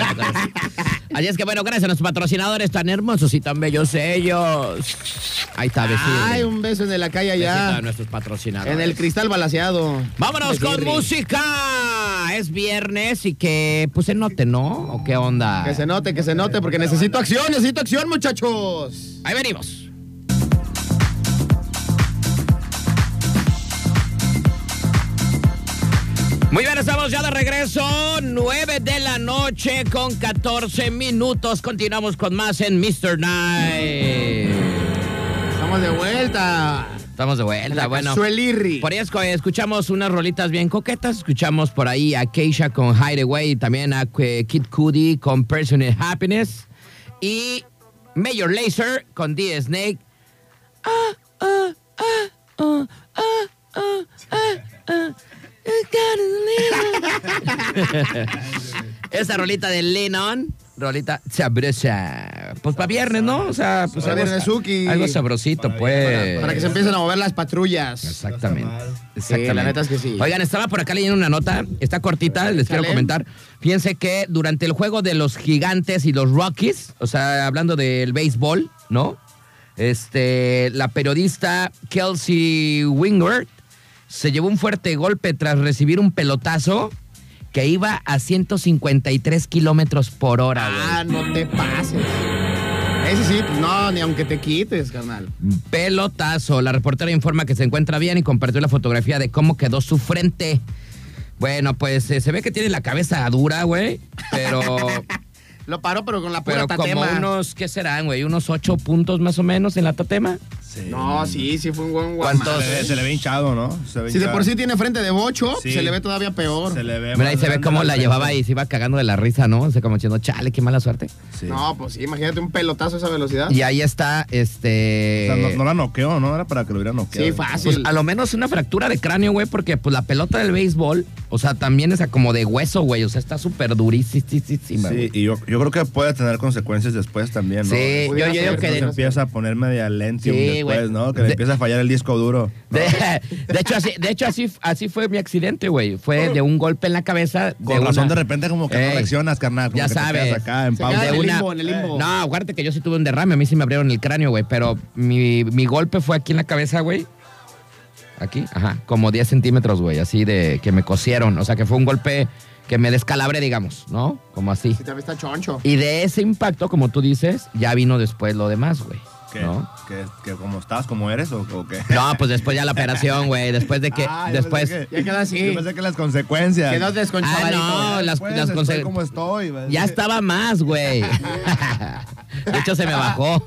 S1: Así es que bueno, gracias a nuestros patrocinadores tan hermosos y tan bellos ellos. Ahí está, vecino.
S3: Ay, un beso de la calle
S1: Besito
S3: allá.
S1: a nuestros patrocinadores.
S3: En el cristal balaseado.
S1: Vámonos con
S3: Bedirri.
S1: música. Es viernes y que pues se note, ¿no? ¿O qué onda?
S3: Que se note, que se note, porque necesito acción, necesito acción, muchachos.
S1: Ahí venimos. Muy bien, estamos ya de regreso. 9 de la noche con 14 minutos. Continuamos con más en Mr. Night.
S3: Estamos de vuelta.
S1: Estamos de vuelta.
S3: La
S1: bueno,
S3: Cazuelirri.
S1: por ahí esco- escuchamos unas rolitas bien coquetas. Escuchamos por ahí a Keisha con Hideaway y también a eh, Kid Cudi con Personal Happiness. Y Major Lazer con D. Snake. Ah, ah, ah, ah, ah, ah, ah, ah. You gotta live. Esa rolita de Lennon. Rolita sabrosa. Pues para viernes, ¿no? O sea, pues
S3: Para
S1: algo,
S3: viernesuki.
S1: algo sabrosito,
S4: Para
S1: pues.
S4: viernes,
S3: Para que se empiecen a mover las patrullas.
S1: Exactamente.
S4: Está mal.
S1: Exactamente.
S3: Sí, la neta es que sí.
S1: Oigan, estaba por acá leyendo una nota, está cortita, les quiero
S3: Échale.
S1: comentar. Fíjense que durante el juego de los gigantes y los Rockies, o sea, hablando del béisbol, ¿no? Este, la periodista Kelsey Wingert se llevó un fuerte golpe tras recibir un pelotazo que iba a 153 kilómetros por hora. güey.
S3: Ah, no te pases. Ese sí, pues, no, ni aunque te quites, carnal.
S1: pelotazo. La reportera informa que se encuentra bien y compartió la fotografía de cómo quedó su frente. Bueno, pues eh, se ve que tiene la cabeza dura, güey, pero,
S3: Lo paró, pero con la pura
S1: pero como
S3: tatema.
S1: unos, ¿qué serán, güey? Unos ocho puntos más o menos en la tatema.
S3: No, sí, sí fue un buen
S1: ¿Cuántos?
S3: guamazo.
S4: Se le, se le ve hinchado, ¿no? Se ve
S3: Si de
S4: hinchado.
S3: por sí tiene frente de bocho,
S4: Sí.
S3: se le ve todavía peor.
S4: Se le ve
S1: Mira, ahí
S4: más
S1: se ve
S4: grande
S1: cómo la
S4: frente.
S1: llevaba y se iba cagando de la risa, ¿no? O sea, como diciendo, chale, qué mala suerte.
S4: Sí.
S3: No, pues sí, imagínate un pelotazo a esa velocidad.
S1: Y ahí está,
S4: Ah. O
S1: este...
S4: sea, no, no la noqueó, ¿no? Era para que lo hubiera noqueado.
S3: Sí, fácil.
S1: Pues a lo menos una fractura de cráneo, güey, porque pues la pelota del béisbol, o sea, también es como de hueso, güey, o sea, está súper durísima.
S4: Sí,
S1: güey.
S4: y yo, yo creo que puede tener consecuencias después también,
S1: Sí,
S4: ¿no?
S1: yo, yo
S3: Pudiera
S1: digo que
S3: ser,
S4: Se
S1: de-
S3: pudiera
S4: empieza a poner media lentium
S1: Sí, güey.
S4: después, ¿no? Que le
S1: De-
S4: empieza a fallar el disco duro. ¿no? Oh.
S1: De, de hecho, así, de hecho así, así fue mi accidente, güey. Fue de un golpe en la cabeza.
S4: Con razón,
S1: una-
S4: de repente, como que
S1: Ey,
S4: no reaccionas, carnal. Como
S1: ya
S4: que te
S1: sabes.
S4: quedas acá en
S3: Se
S4: pausa.
S3: queda en
S1: de
S3: el
S1: una-
S3: limbo, en el limbo.
S1: No, aguárdate que yo sí tuve un derrame. A mí sí me abrieron el cráneo, güey. Pero mi, mi golpe fue aquí en la cabeza, güey. Aquí, ajá. Como 10 centímetros, güey. Así de que me cosieron. O sea, que fue un golpe que me descalabré, digamos, ¿no? Como así.
S3: Si te está choncho.
S1: Y de ese impacto, como tú dices, ya vino después lo demás, güey.
S4: ¿Qué?
S1: ¿No?
S4: ¿Qué- qué- como estás, como eres o, o qué?
S1: No, pues después ya la operación, güey. Después de que.
S4: Ah, yo
S1: después.
S4: pensé
S3: Ya queda así.
S4: Yo pensé que las consecuencias.
S3: Quedó desconchadito.
S1: Ah, no, las-
S4: Pues,
S1: las
S4: estoy
S1: conse-
S4: como estoy. güey.
S1: Ya estaba más, güey. De hecho, se me bajó.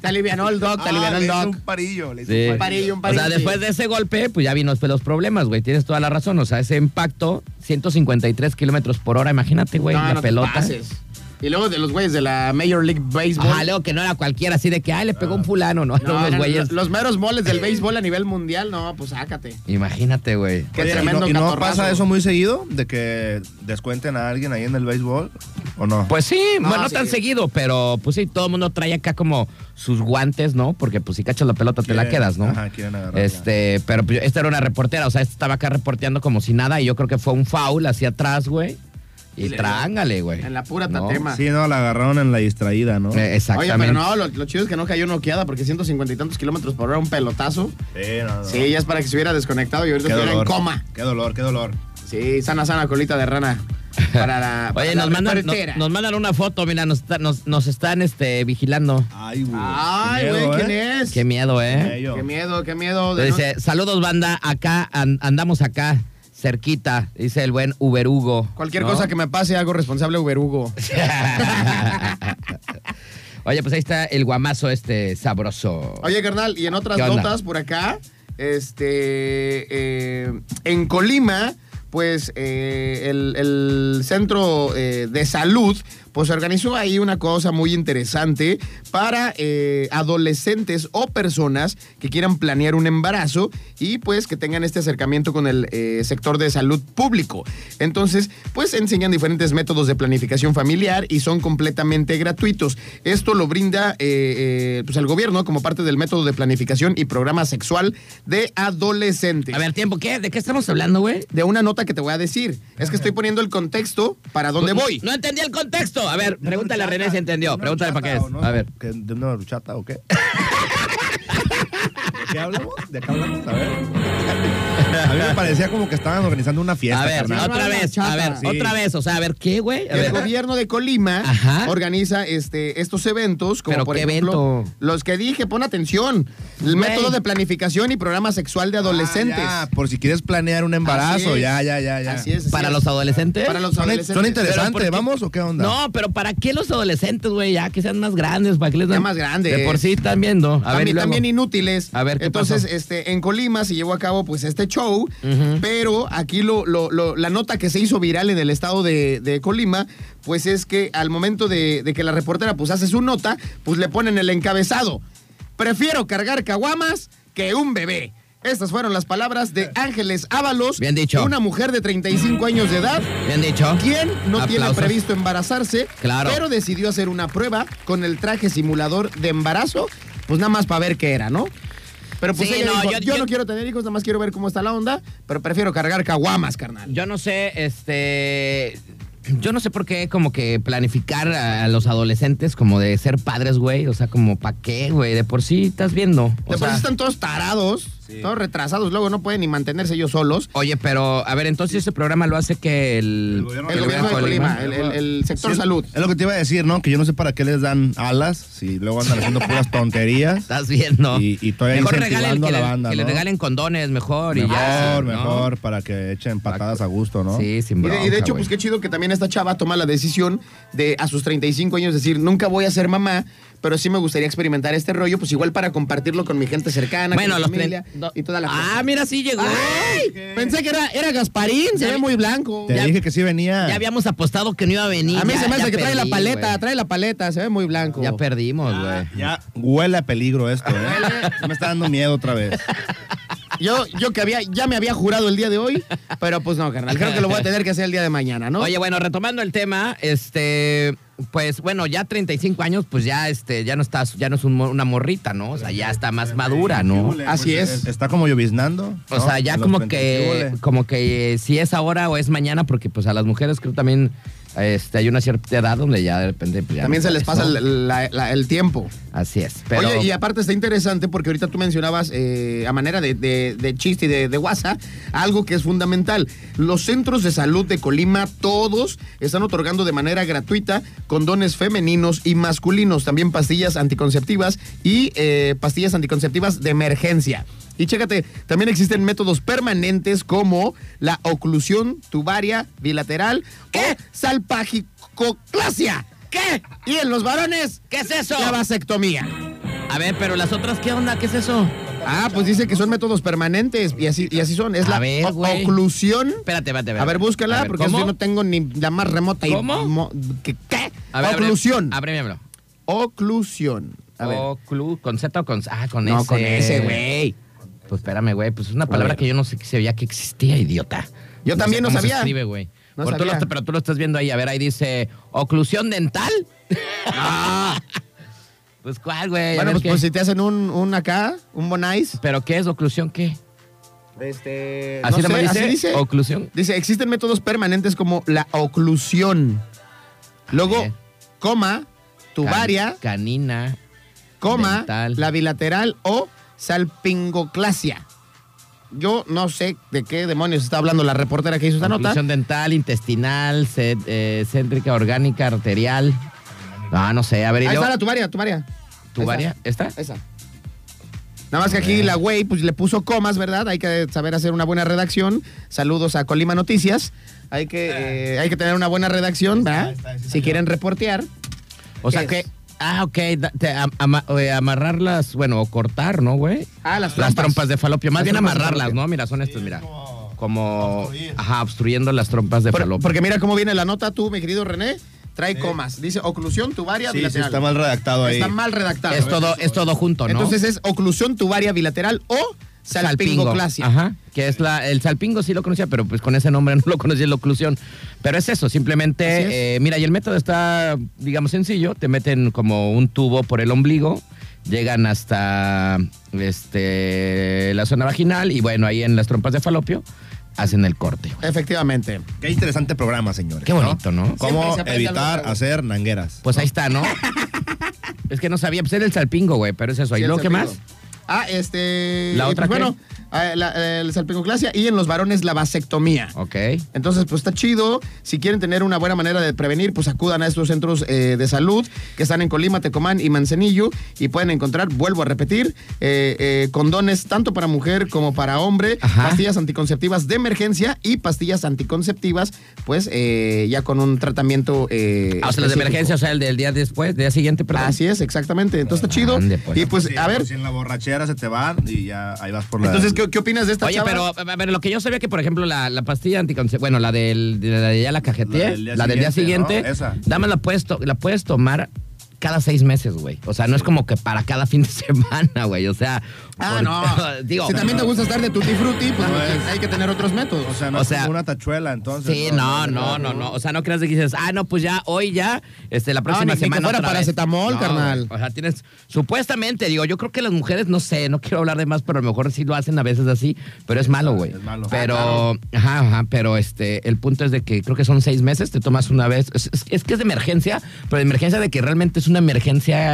S3: Te alivianó el doc, te
S4: Ah,
S3: alivianó el
S4: le hizo
S3: doc.
S4: un parillo. le hizo
S1: Sí.
S4: un
S3: parillo, un
S1: O sea,
S3: parillo.
S1: después de ese golpe, pues ya vino después los problemas, güey. Tienes toda la razón. O sea, ese impacto, 153 kilómetros por hora, imagínate, güey,
S3: No,
S1: la
S3: no te
S1: pelota.
S3: pases. Y luego de los güeyes de la Major League Baseball.
S1: Ajá, luego que no era cualquiera, así de que, ay, le pegó un fulano, ¿no?
S3: Ah. No,
S1: Todos los
S3: no,
S1: güeyes.
S3: los, meros moles del béisbol a nivel mundial, no, pues sácate.
S1: Imagínate, güey.
S3: Qué
S4: Oye, ¿y no-
S3: tremendo
S4: ¿Y no,
S3: catorrazo.
S4: pasa eso muy seguido? ¿De que descuenten a alguien ahí en el béisbol? ¿O no?
S1: Pues sí,
S3: No,
S1: bueno, no
S3: sí.
S1: tan seguido, pero pues sí, todo el mundo trae acá como sus guantes, ¿no? Porque pues si cachas la pelota te la
S4: Quieren-
S1: quedas, ¿no?
S4: ajá, quieren agarrarla.
S1: Este, pero pues, esta era una reportera, o sea, esta estaba acá reporteando como si nada y yo creo que fue un foul hacia atrás, güey. Y
S3: Y le-
S1: trángale, güey.
S3: en la pura
S1: ¿No?
S3: tatema.
S4: sí, no, la agarraron en la distraída, ¿no?
S1: Eh,
S3: Oye,
S1: exactamente.
S3: pero no, lo, lo chido es que no cayó noqueada porque 150 y tantos kilómetros por hora, un pelotazo.
S4: Sí, no, no.
S3: Sí, ya es para que se hubiera desconectado y ahorita
S4: Qué
S3: estuviera
S4: dolor.
S3: en coma.
S4: Qué dolor, qué dolor.
S3: Sí, sana, sana, colita de rana. Para la. para
S1: Oye,
S3: la
S1: nos mandan, nos,
S3: reportera.
S1: nos mandan una foto, mira, nos, está- nos, nos están este, vigilando.
S4: Ay, güey. ¿eh?
S3: Ay, güey, ¿quién es?
S1: Qué miedo, ¿eh?
S4: Bello.
S3: Qué miedo, qué miedo. De
S1: Dice, saludos banda, acá an- andamos acá, cerquita, dice el buen Uberugo.
S3: no- Cualquier cosa que me pase, hago responsable a Uber Hugo.
S1: Oye, pues ahí está el guamazo este sabroso.
S3: Oye, carnal, y en otras
S1: ¿Qué onda?
S3: notas por acá, este, eh, en Colima, pues eh, el, el centro eh, de salud, pues organizó ahí una cosa muy interesante para eh, adolescentes o personas que quieran planear un embarazo y pues que tengan este acercamiento con el eh, sector de salud público. Entonces, pues enseñan diferentes métodos de planificación familiar y son completamente gratuitos. Esto lo brinda eh, eh, pues el gobierno como parte del método de planificación y programa sexual de adolescentes.
S1: A ver, tiempo, ¿qué? ¿De qué estamos hablando, güey?
S3: De una nota que te voy a decir. Es que estoy poniendo el contexto para dónde voy.
S1: No entendí el contexto. A ver,
S4: ¿De una
S1: pregúntale a René
S4: horchata?
S1: si entendió.
S4: ¿De una
S1: Pregúntale para qué es.
S4: horchata o no?
S1: A ver.
S4: ¿Que ¿De una horchata o qué? qué hablamos? ¿De qué hablamos? A ver. A mí me parecía como que estaban organizando una fiesta.
S1: A ver,
S4: carnal.
S1: otra
S3: Una
S1: vez,
S3: chapa.
S1: a ver,
S4: Sí.
S1: otra vez. O sea, a ver, ¿qué, güey? A
S3: El
S1: ver.
S3: gobierno de Colima
S1: Ajá.
S3: organiza este, estos eventos, como
S1: ¿Pero
S3: por
S1: qué
S3: ejemplo,
S1: evento?
S3: los que dije, pon atención,
S1: Güey.
S3: el método de planificación y programa sexual de adolescentes.
S4: Ah, ya, por si quieres planear un embarazo,
S3: Así es.
S4: ya, ya, ya, ya.
S3: Así es. así
S1: ¿Para
S3: es.
S1: los adolescentes?
S3: Para los
S4: Son,
S3: adolescentes.
S4: son
S1: Pero, ¿por qué?
S4: interesantes, ¿vamos o qué onda?
S1: No, pero ¿para qué los adolescentes, güey? Ya que sean más grandes, para que les
S3: Ya
S1: dan.
S3: más grandes.
S1: De por sí están viendo. A ver, y
S3: también,
S1: luego.
S3: también inútiles.
S1: A ver, ¿qué
S3: Entonces,
S1: pasó?
S3: este, en Colima se llevó a cabo pues este show,
S1: Ujú.
S3: pero aquí lo, lo- lo- la nota que se hizo viral en el estado de, de Colima, pues es que al momento de, de que la reportera pues hace su nota, pues le ponen el encabezado. Prefiero cargar caguamas que un bebé. Estas fueron las palabras de Ángeles Ábalos,
S1: Bien dicho.
S3: una mujer de 35 años de edad,
S1: Bien dicho.
S3: quien no tiene
S1: Aplausos.
S3: previsto embarazarse,
S1: Claro.
S3: pero decidió hacer una prueba con el traje simulador de embarazo, pues nada más para ver qué era, ¿no? Pero pues
S1: Sí,
S3: ella
S1: no,
S3: dijo,
S1: yo-
S3: yo,
S1: yo-
S3: no quiero tener hijos, nada más quiero ver cómo está la onda, pero prefiero cargar caguamas, carnal.
S1: Yo no sé, este. Yo no sé por qué, como que planificar a los adolescentes como de ser padres, güey. O sea, como, ¿para qué, güey? De por sí estás viendo. O
S3: De por
S1: sea,
S3: sí están todos tarados,
S4: Sí.
S3: todos retrasados, luego no pueden ni mantenerse ellos solos.
S1: Oye, pero, a ver, entonces este programa lo hace que el.
S4: El gobierno-
S3: El
S4: Pero
S3: gobierno de
S4: vean
S3: Colima,
S4: Colima.
S3: el, el- el sector
S4: Sí,
S3: salud.
S4: Es lo que te iba a decir, ¿no? Que yo no sé para qué les dan alas si luego andan haciendo puras tonterías.
S1: Estás viendo.
S4: Y- y todavía incentivando
S1: regalen- que
S4: a la
S1: le-
S4: banda,
S1: Que le
S4: ¿no?
S1: regalen condones mejor, y ya.
S4: Mejor,
S1: ¿no?
S4: mejor, para que echen patadas a gusto, ¿no?
S1: Sí, sin
S3: Y de,
S1: bronca,
S3: y de hecho,
S1: güey.
S3: pues qué chido que también esta chava toma la decisión de a sus 35 años decir, nunca voy a ser mamá, pero sí me gustaría experimentar este rollo, pues igual para compartirlo con mi gente cercana,
S1: Bueno,
S3: con
S1: los
S3: mi familia
S1: tren- do-
S3: y toda la cosa. Ah.
S1: Ah, mira, sí llegó.
S3: ¡Ay! Pensé que era, era Gasparín, se
S1: Ya
S3: ve
S1: vi-
S3: muy blanco.
S4: Te
S1: Ya-
S4: dije que sí venía.
S1: Ya habíamos apostado que no iba a venir.
S3: a mí
S1: Ya-
S3: se me hace
S1: ya
S3: que trae la
S1: perdí,
S3: paleta,
S1: güey.
S3: trae la paleta, se ve muy blanco.
S1: Ya perdimos, güey.
S4: Ya huele a peligro esto, ¿eh? Sí me está dando miedo otra vez.
S3: yo, yo que había, ya me había jurado el día de hoy, pero pues no, carnal, creo que lo voy a tener que hacer el día de mañana, ¿no?
S1: Oye, bueno, retomando el tema, este, pues bueno, ya 35 años, pues ya este, ya no estás, ya no es un mo- una morrita, ¿no? O sea, ya está más madura, ¿no?
S3: Así es.
S4: Está como lloviznando.
S1: O
S4: ¿no?
S1: sea, ya
S4: Los
S1: como que,
S4: 30, ¿qué huele?
S1: como que eh, si es ahora o es mañana, porque pues a las mujeres creo también este, hay una cierta edad donde ya de repente. pues, ya
S3: También
S1: no
S3: se les
S1: puedes,
S3: pasa
S1: ¿no?
S3: el, la- la- el tiempo.
S1: Así es. Pero,
S3: Oye, y aparte está interesante porque ahorita tú mencionabas eh, a manera de, de- de chiste y de, de guasa algo que es fundamental. Los centros de salud de Colima, todos están otorgando de manera gratuita condones femeninos y masculinos, también pastillas anticonceptivas y eh, pastillas anticonceptivas de emergencia. Y chécate, también existen métodos permanentes como la oclusión tubaria bilateral
S1: ¿Qué?
S3: o salpagicoclasia.
S1: ¿Qué?
S3: Y en los varones,
S1: ¿Qué es eso?
S3: la vasectomía.
S1: A ver, pero las otras, ¿qué onda? ¿Qué es eso?
S3: Ah, pues dice que son métodos permanentes y así, y así son. Es
S1: A
S3: la
S1: ver,
S3: o-
S1: güey.
S3: oclusión.
S1: Espérate, espérate, espérate.
S3: A ver, búscala,
S1: A ver,
S3: porque
S1: ¿cómo?
S3: yo no tengo ni la más remota.
S1: ¿Cómo?
S3: Y mo- ¿Qué? qué?
S1: A ver, abre-
S3: oclusión.
S1: Ábremelo.
S3: Oclusión. A ver.
S1: Oclu- ¿Con Z o con S? Ah, con
S3: No,
S1: S.
S3: con S, güey.
S1: Pues espérame, güey. Pues es una palabra
S3: ver.
S1: que yo no sé que sabía que existía, idiota.
S3: Yo también no
S1: cómo se
S3: sabía.
S1: escribe, güey.
S3: No
S1: Pero tú lo
S3: sabía.
S1: est- pero tú lo estás viendo ahí. A ver, ahí dice oclusión dental. pues cuál, güey. A
S3: Bueno,
S1: ver
S3: pues,
S1: qué-
S3: pues si te hacen un, un acá, un bonais.
S1: Pero qué es oclusión, qué?
S3: Este.
S1: Así
S3: no
S1: nomás
S3: sé,
S1: dice,
S3: así dice.
S1: oclusión.
S3: Dice, existen métodos permanentes como la oclusión. Luego,
S1: ver.
S3: coma,
S1: Can-
S3: tubaria,
S1: canina.
S3: coma,
S1: dental.
S3: la bilateral o salpingoclasia. Yo no sé de qué demonios está hablando la reportera que hizo esta nota.
S1: Oclusión dental, intestinal, cé- eh, céntrica, orgánica, arterial. Ah, no sé. A ver, y
S3: Ahí
S1: luego-
S3: está la tubaria, tubaria.
S1: ¿Tubaria? ¿Esta?
S3: Esa. Nada más que aquí la güey pues le puso comas, ¿verdad? Hay que saber hacer una buena redacción. Saludos a Colima Noticias. Hay que,
S4: Ah.
S3: eh, hay que tener una buena redacción, ¿verdad? si quieren reportear.
S1: O sea
S3: ¿Qué
S1: que.
S3: es?
S1: Ah, ok. da- te am- ama- eh, amarrarlas, bueno, o cortar, ¿no, güey?
S3: Ah, las
S1: Las
S3: trompas.
S1: trompas de falopio. Más
S3: Las
S1: bien
S3: trompas de
S1: amarrarlas,
S3: falopio.
S1: ¿no? Mira, son estas, mira.
S4: como
S1: Como.
S4: obstruir.
S1: Ajá, obstruyendo las trompas de
S3: Por-
S1: falopio.
S3: porque mira cómo viene la nota tú, mi querido René. Trae comas. Dice oclusión tubaria
S4: Sí, sí,
S3: bilateral.
S4: está mal redactado ahí.
S3: Está mal redactado.
S1: es todo, es todo junto, ¿no?
S3: Entonces es oclusión tubaria bilateral o salpingoclasia.
S1: Ajá. Que es la. El salpingo sí lo conocía, pero pues con ese nombre no lo conocía en la oclusión. Pero es eso, simplemente.
S3: Así es.
S1: eh, mira, y el método está, digamos, sencillo. Te meten como un tubo por el ombligo. Llegan hasta este, la zona vaginal y bueno, ahí en las trompas de falopio hacen el corte. güey.
S3: Efectivamente.
S4: Qué interesante programa, señores.
S1: Qué bonito, ¿no?
S3: Siempre
S4: ¿Cómo
S3: se aprende algo
S4: evitar
S3: nuevo.
S4: hacer nangueras?
S1: Pues ahí está, ¿no? es que no sabía, pues era el salpingo, güey, pero es eso. ¿Y
S3: Sí, el
S1: luego qué más?
S3: salpingo. Ah, este.
S1: ¿La
S3: y,
S1: otra
S3: pues,
S1: qué?
S3: Bueno, ah, la, eh, la salpingoclasia y en los varones la vasectomía.
S1: Ok.
S3: Entonces, pues está chido. Si quieren tener una buena manera de prevenir, pues acudan a estos centros eh, de salud que están en Colima, Tecomán y Manzanillo y pueden encontrar, vuelvo a repetir, eh, eh, condones tanto para mujer como para hombre,
S1: Ajá.
S3: pastillas anticonceptivas de emergencia y pastillas anticonceptivas, pues eh, ya con un tratamiento. eh,
S1: Ah, o sea, las de
S3: específico.
S1: emergencia, o sea, el del día después, día siguiente, perdón.
S3: Así es, exactamente. Entonces está chido.
S1: Ande, pues.
S3: Y pues,
S4: Sí,
S3: a ver,
S4: pues, Si en la borrachera se te van y ya ahí vas por la.
S3: entonces, ¿qué, qué opinas de esta
S1: Oye,
S3: chava?
S1: pero a a ver, lo que yo sabía que, por ejemplo, la, la pastilla anticonceptiva, bueno, la del, de la de ya la
S4: La
S1: cajeteé,
S4: del día
S1: la del día
S4: siguiente,
S1: siguiente,
S4: ¿no? Esa.
S1: dame la puedes, to- la puedes tomar cada seis meses, güey. O sea, no es como que para cada fin de semana, güey. O sea,
S3: Ah,
S1: por-
S3: no.
S1: digo,
S3: si también te gusta estar de tutti frutti, pues
S4: No
S3: hay que-
S4: es.
S3: hay que tener otros métodos.
S4: O sea, no
S1: o
S4: es
S1: sea-
S4: como una tachuela, entonces.
S1: Sí, no, no, no, no. O sea, no creas de que dices, ah, no, pues ya, hoy ya, este, la próxima
S3: ni- ni que
S1: semana.
S3: fuera
S1: otra vez.
S3: paracetamol,
S1: No,
S3: carnal.
S1: O sea, tienes, supuestamente, digo, yo creo que las mujeres, no sé, no quiero hablar de más, pero a lo mejor sí lo hacen a veces así, pero es malo, güey.
S4: es malo.
S1: Pero,
S4: Ah,
S1: ajá, ajá, pero este, el punto es de que creo que son seis meses, te tomas una vez. Es, es- es que es de emergencia, pero de emergencia de que realmente es una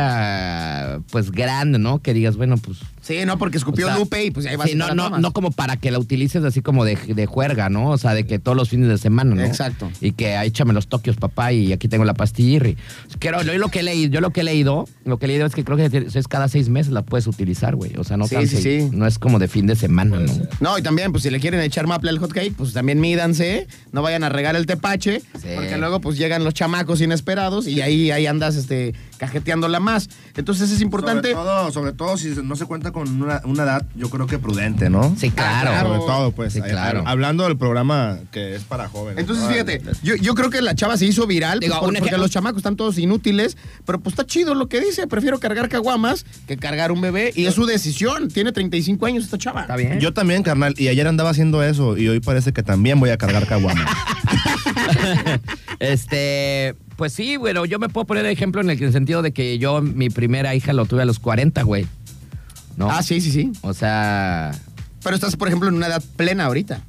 S1: emergencia, pues grande, ¿no? Que digas, bueno, pues.
S3: Sí, no, porque escupió
S1: O sea,
S3: Lupe y pues ahí vas
S1: sí,
S3: y te
S1: no,
S3: la
S1: no,
S3: tomas.
S1: no como para que la utilices así como de, de juerga, ¿no? O sea, de que todos los fines de semana, ¿no?
S3: Exacto.
S1: Y que ahí échame los toquios, papá, y aquí tengo la pastilla. y- Quiero, yo lo que he leído, yo lo que he leído, lo que he leído es que creo que te- es cada seis meses la puedes utilizar, güey. O sea, no
S3: Sí,
S1: tan
S3: sí,
S1: seguido.
S3: sí.
S1: No es como de fin de semana, ¿no?
S3: No, y también, pues si le quieren echar maple al hotcake, pues también mídanse, no vayan a regar el tepache,
S1: Sí.
S3: porque luego pues llegan los chamacos inesperados y ahí, ahí andas este, cajeteándola más. Entonces es importante.
S4: Sobre todo, sobre todo si no se cuenta con una, una edad, yo creo que prudente, ¿no?
S1: Sí, claro.
S3: Ah, claro.
S4: Sobre todo, pues.
S1: Sí,
S4: a-
S1: claro.
S4: a- hablando del programa que es para jóvenes.
S3: Entonces,
S4: ¿no?
S3: fíjate, yo, yo creo que la chava se hizo viral
S1: Digo,
S3: pues, por-
S1: un
S3: porque
S1: ejemplo-
S3: los chamacos están todos inútiles, pero pues está chido lo que dice. Prefiero cargar caguamas que cargar un bebé y es su decisión. Tiene 35 años esta chava.
S1: Está bien.
S4: Yo también, carnal, y ayer andaba haciendo eso y hoy parece que también voy a cargar caguama.
S1: Este, pues sí, bueno, yo me puedo poner ejemplo en el, que- en el sentido de que yo, mi primera hija lo tuve a los 40, güey. ¿No?
S3: Ah, sí, sí, sí.
S1: O sea,
S3: Pero estás, por ejemplo, en una edad plena ahorita.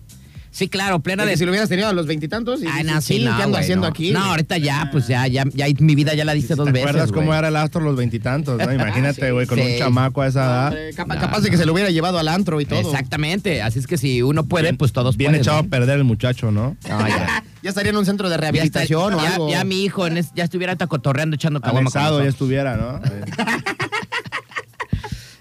S1: sí, claro, plena
S3: De
S1: de
S3: que si lo hubieras tenido a los veintitantos y
S1: Ah,
S3: dices,
S1: no, sí,
S3: "Chile,
S1: no,
S3: ¿qué ando
S1: güey,
S3: haciendo
S1: no.
S3: aquí?
S1: No, ahorita ya, pues ya, ya, ya mi vida ya la diste dos
S4: ¿Te
S1: veces.
S4: acuerdas cómo
S1: güey.
S4: era el astro los veintitantos? no? Imagínate, güey, con
S1: Sí.
S4: un chamaco a esa edad.
S3: Hombre, eh, capa-
S1: No,
S3: capaz de que se lo hubiera llevado al antro y todo.
S1: Exactamente. Así es que si uno puede,
S4: Bien-
S1: pues todos
S4: Bien
S1: pueden,
S4: echado
S1: ¿no?
S4: a perder el muchacho, ¿no?
S1: No, ya.
S3: Ya estaría en un centro de
S1: Ya, está-
S3: rehabilitación o
S1: ya-
S3: algo.
S1: ya mi hijo en es- ya estuviera tacotorreando echando caguama con
S4: Anexado ya
S1: nosotros.
S4: estuviera, ¿no? Eh,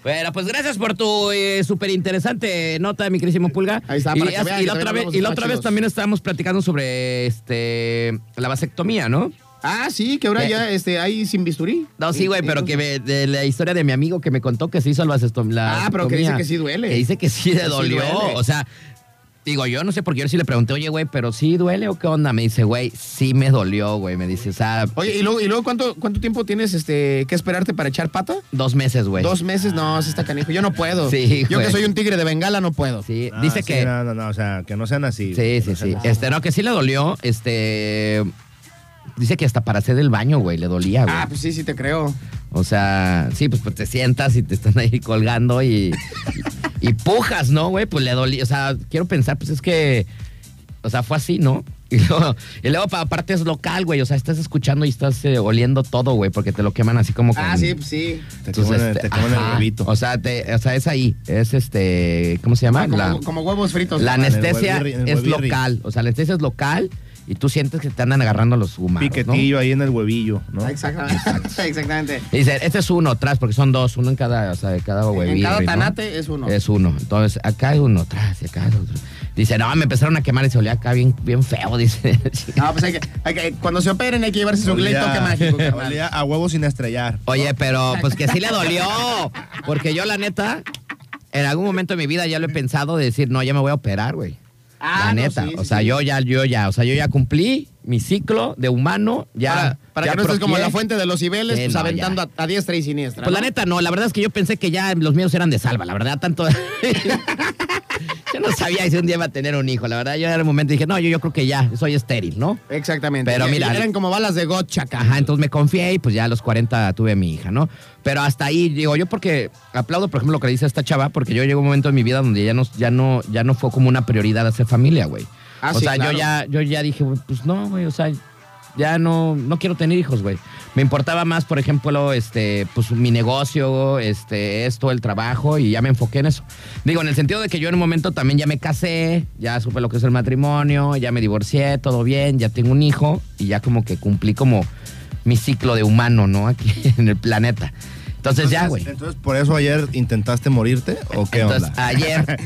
S1: Bueno, pues gracias por tu súper interesante nota, mi querísimo Pulga.
S3: Ahí está,
S1: y,
S3: para que
S1: as-
S3: vean
S1: y
S3: que
S1: la otra
S3: también
S1: vez,
S3: hablamos
S1: y
S3: de
S1: la
S3: temas
S1: otra vez
S3: chidos.
S1: también estábamos platicando sobre este la vasectomía, ¿no?
S3: Ah, sí, que ahora
S1: Ya.
S3: ya este, hay sin bisturí.
S1: No, sí, güey, pero que me- de la historia de mi amigo que me contó que se hizo la vasectomía.
S3: Ah, pero que dice que sí duele.
S1: Que dice que sí le
S3: sí
S1: dolió.
S3: duele.
S1: o sea, digo, yo no sé por qué yo sí le pregunté, oye, güey, pero sí duele o qué onda. Me dice, güey, sí me dolió, güey. Me dice, o sea,
S3: Oye, ¿y luego, y luego cuánto, cuánto tiempo tienes este, que esperarte para echar pata?
S1: dos meses, güey.
S3: Dos meses, no, se está canijo. Yo no puedo.
S1: Pues, ah, Sí,
S3: Yo
S1: güey.
S3: que soy un tigre de Bengala no puedo.
S1: Sí,
S4: No,
S1: dice
S4: Ah, sí,
S1: que.
S4: No, no, no, o sea, que no sean así.
S1: Sí,
S4: que
S1: sí,
S4: no
S1: sí.
S4: sean así.
S1: Este, no, que sí le dolió. Este. Dice que hasta para hacer el baño, güey, le dolía, güey.
S3: Ah, pues sí, sí te creo.
S1: O sea, sí, pues, pues, te sientas y te están ahí colgando y, y, y pujas, ¿no, güey? Pues le dolí. O sea, quiero pensar, pues es que. O sea, fue así, ¿no? Y luego, y luego pa- aparte es local, güey. O sea, estás escuchando y estás eh, oliendo todo, güey, porque te lo queman así como con-
S3: Ah, sí, pues sí.
S4: Te
S1: Entonces,
S4: comen el-
S1: este,
S4: te comen el
S1: ajá.
S4: huevito.
S1: O sea, te- o sea, es ahí. Es este. ¿Cómo se llama?
S3: Ah, como,
S1: La-
S3: como huevos fritos.
S1: la
S4: Ah, en el
S1: anestesia
S4: huevirri- en el
S1: es
S4: huevirri.
S1: local, o sea, la anestesia es local y tú sientes que te andan agarrando los humanos,
S4: Piquetillo ahí en el huevillo, ¿no?
S3: Ah, Exactamente. Exactamente.
S1: ¿no? Y dice, este es uno atrás, porque son dos, uno en cada, o sea, de cada huevirri,
S3: en cada
S1: ¿no?
S3: tanate es uno.
S1: Es uno. Entonces, acá hay uno atrás y acá hay otro. Dice, no, me empezaron a quemar y se olía acá bien, bien feo, dice.
S3: No, pues hay que, hay que- cuando se operen hay que llevarse su gley
S4: Olía-
S3: toque mágico, carnal.
S4: olía a huevo sin estrellar.
S1: Oye, pero pues que sí le dolió, porque yo la neta, en algún momento de mi vida ya lo he pensado de decir, no, ya me voy a operar, güey.
S3: Ah,
S1: la
S3: no,
S1: neta,
S3: sí,
S1: o
S3: sí,
S1: sea,
S3: sí.
S1: yo ya, yo ya, o sea, yo ya cumplí mi ciclo de humano, ya.
S3: para para
S1: ya
S3: que no estés como
S1: procreé.
S3: la fuente de los cibeles,
S1: Sí,
S3: pues
S1: no,
S3: aventando
S1: ya.
S3: a, a diestra y siniestra.
S1: Pues la
S3: ¿no?
S1: neta no, la verdad es que yo pensé que ya los míos eran de salva, la verdad, tanto... yo no sabía si un día iba a tener un hijo, la verdad, yo en el momento dije, no, yo, yo creo que ya, soy estéril, ¿no?
S3: Exactamente.
S1: Pero
S3: Y-
S1: mira-
S3: y Eran como balas de gotcha,
S1: Ajá, entonces me confié y pues ya a los 40 tuve a mi hija, ¿no? Pero hasta ahí, digo, yo porque aplaudo, por ejemplo, lo que dice esta chava, porque yo llegó un momento en mi vida donde ya no, ya no, ya no fue como una prioridad hacer familia, güey.
S3: Ah,
S1: o
S3: sí,
S1: sea,
S3: claro.
S1: yo ya, yo ya dije, güey, pues no, güey, o sea, ya no, no quiero tener hijos, güey. Me importaba más, por ejemplo, este, pues mi negocio, este, esto, el trabajo, y ya me enfoqué en eso. Digo, en el sentido de que yo en un momento también ya me casé, ya supe lo que es el matrimonio, ya me divorcié, todo bien, ya tengo un hijo, y ya como que cumplí como mi ciclo de humano, ¿no? Aquí en el planeta. Entonces, ya, güey.
S4: Entonces, ¿por eso ayer intentaste morirte o qué
S1: Entonces, ah,
S4: onda?
S1: ayer.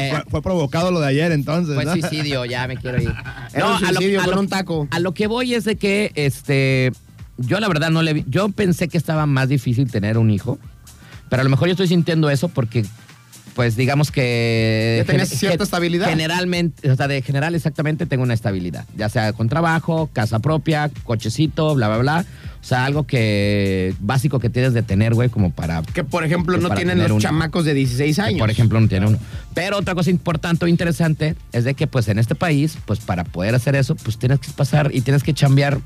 S1: eh,
S4: fue, fue provocado lo de ayer, entonces,
S1: Fue
S4: ¿no?
S1: suicidio, ya me quiero ir.
S3: Era un suicidio con un taco.
S1: A lo que voy es de que, este, yo la verdad no le vi- yo pensé que estaba más difícil tener un hijo, pero a lo mejor yo estoy sintiendo eso porque, pues digamos que...
S3: Ya tenías
S1: gen-
S3: cierta
S1: gen-
S3: estabilidad.
S1: Generalmente, o sea, de general exactamente tengo una estabilidad, ya sea con trabajo, casa propia, cochecito, bla, bla, bla. O sea, algo que básico que tienes de tener, güey, como para
S3: Que por ejemplo
S1: Que
S3: no
S1: para
S3: tienen
S1: tener
S3: los
S1: un-
S3: chamacos de 16
S1: que,
S3: años.
S1: por ejemplo, no tiene uno. Pero otra cosa importante o interesante es de que, pues, en este país, pues, para poder hacer eso, pues, tienes que pasar y tienes que chambear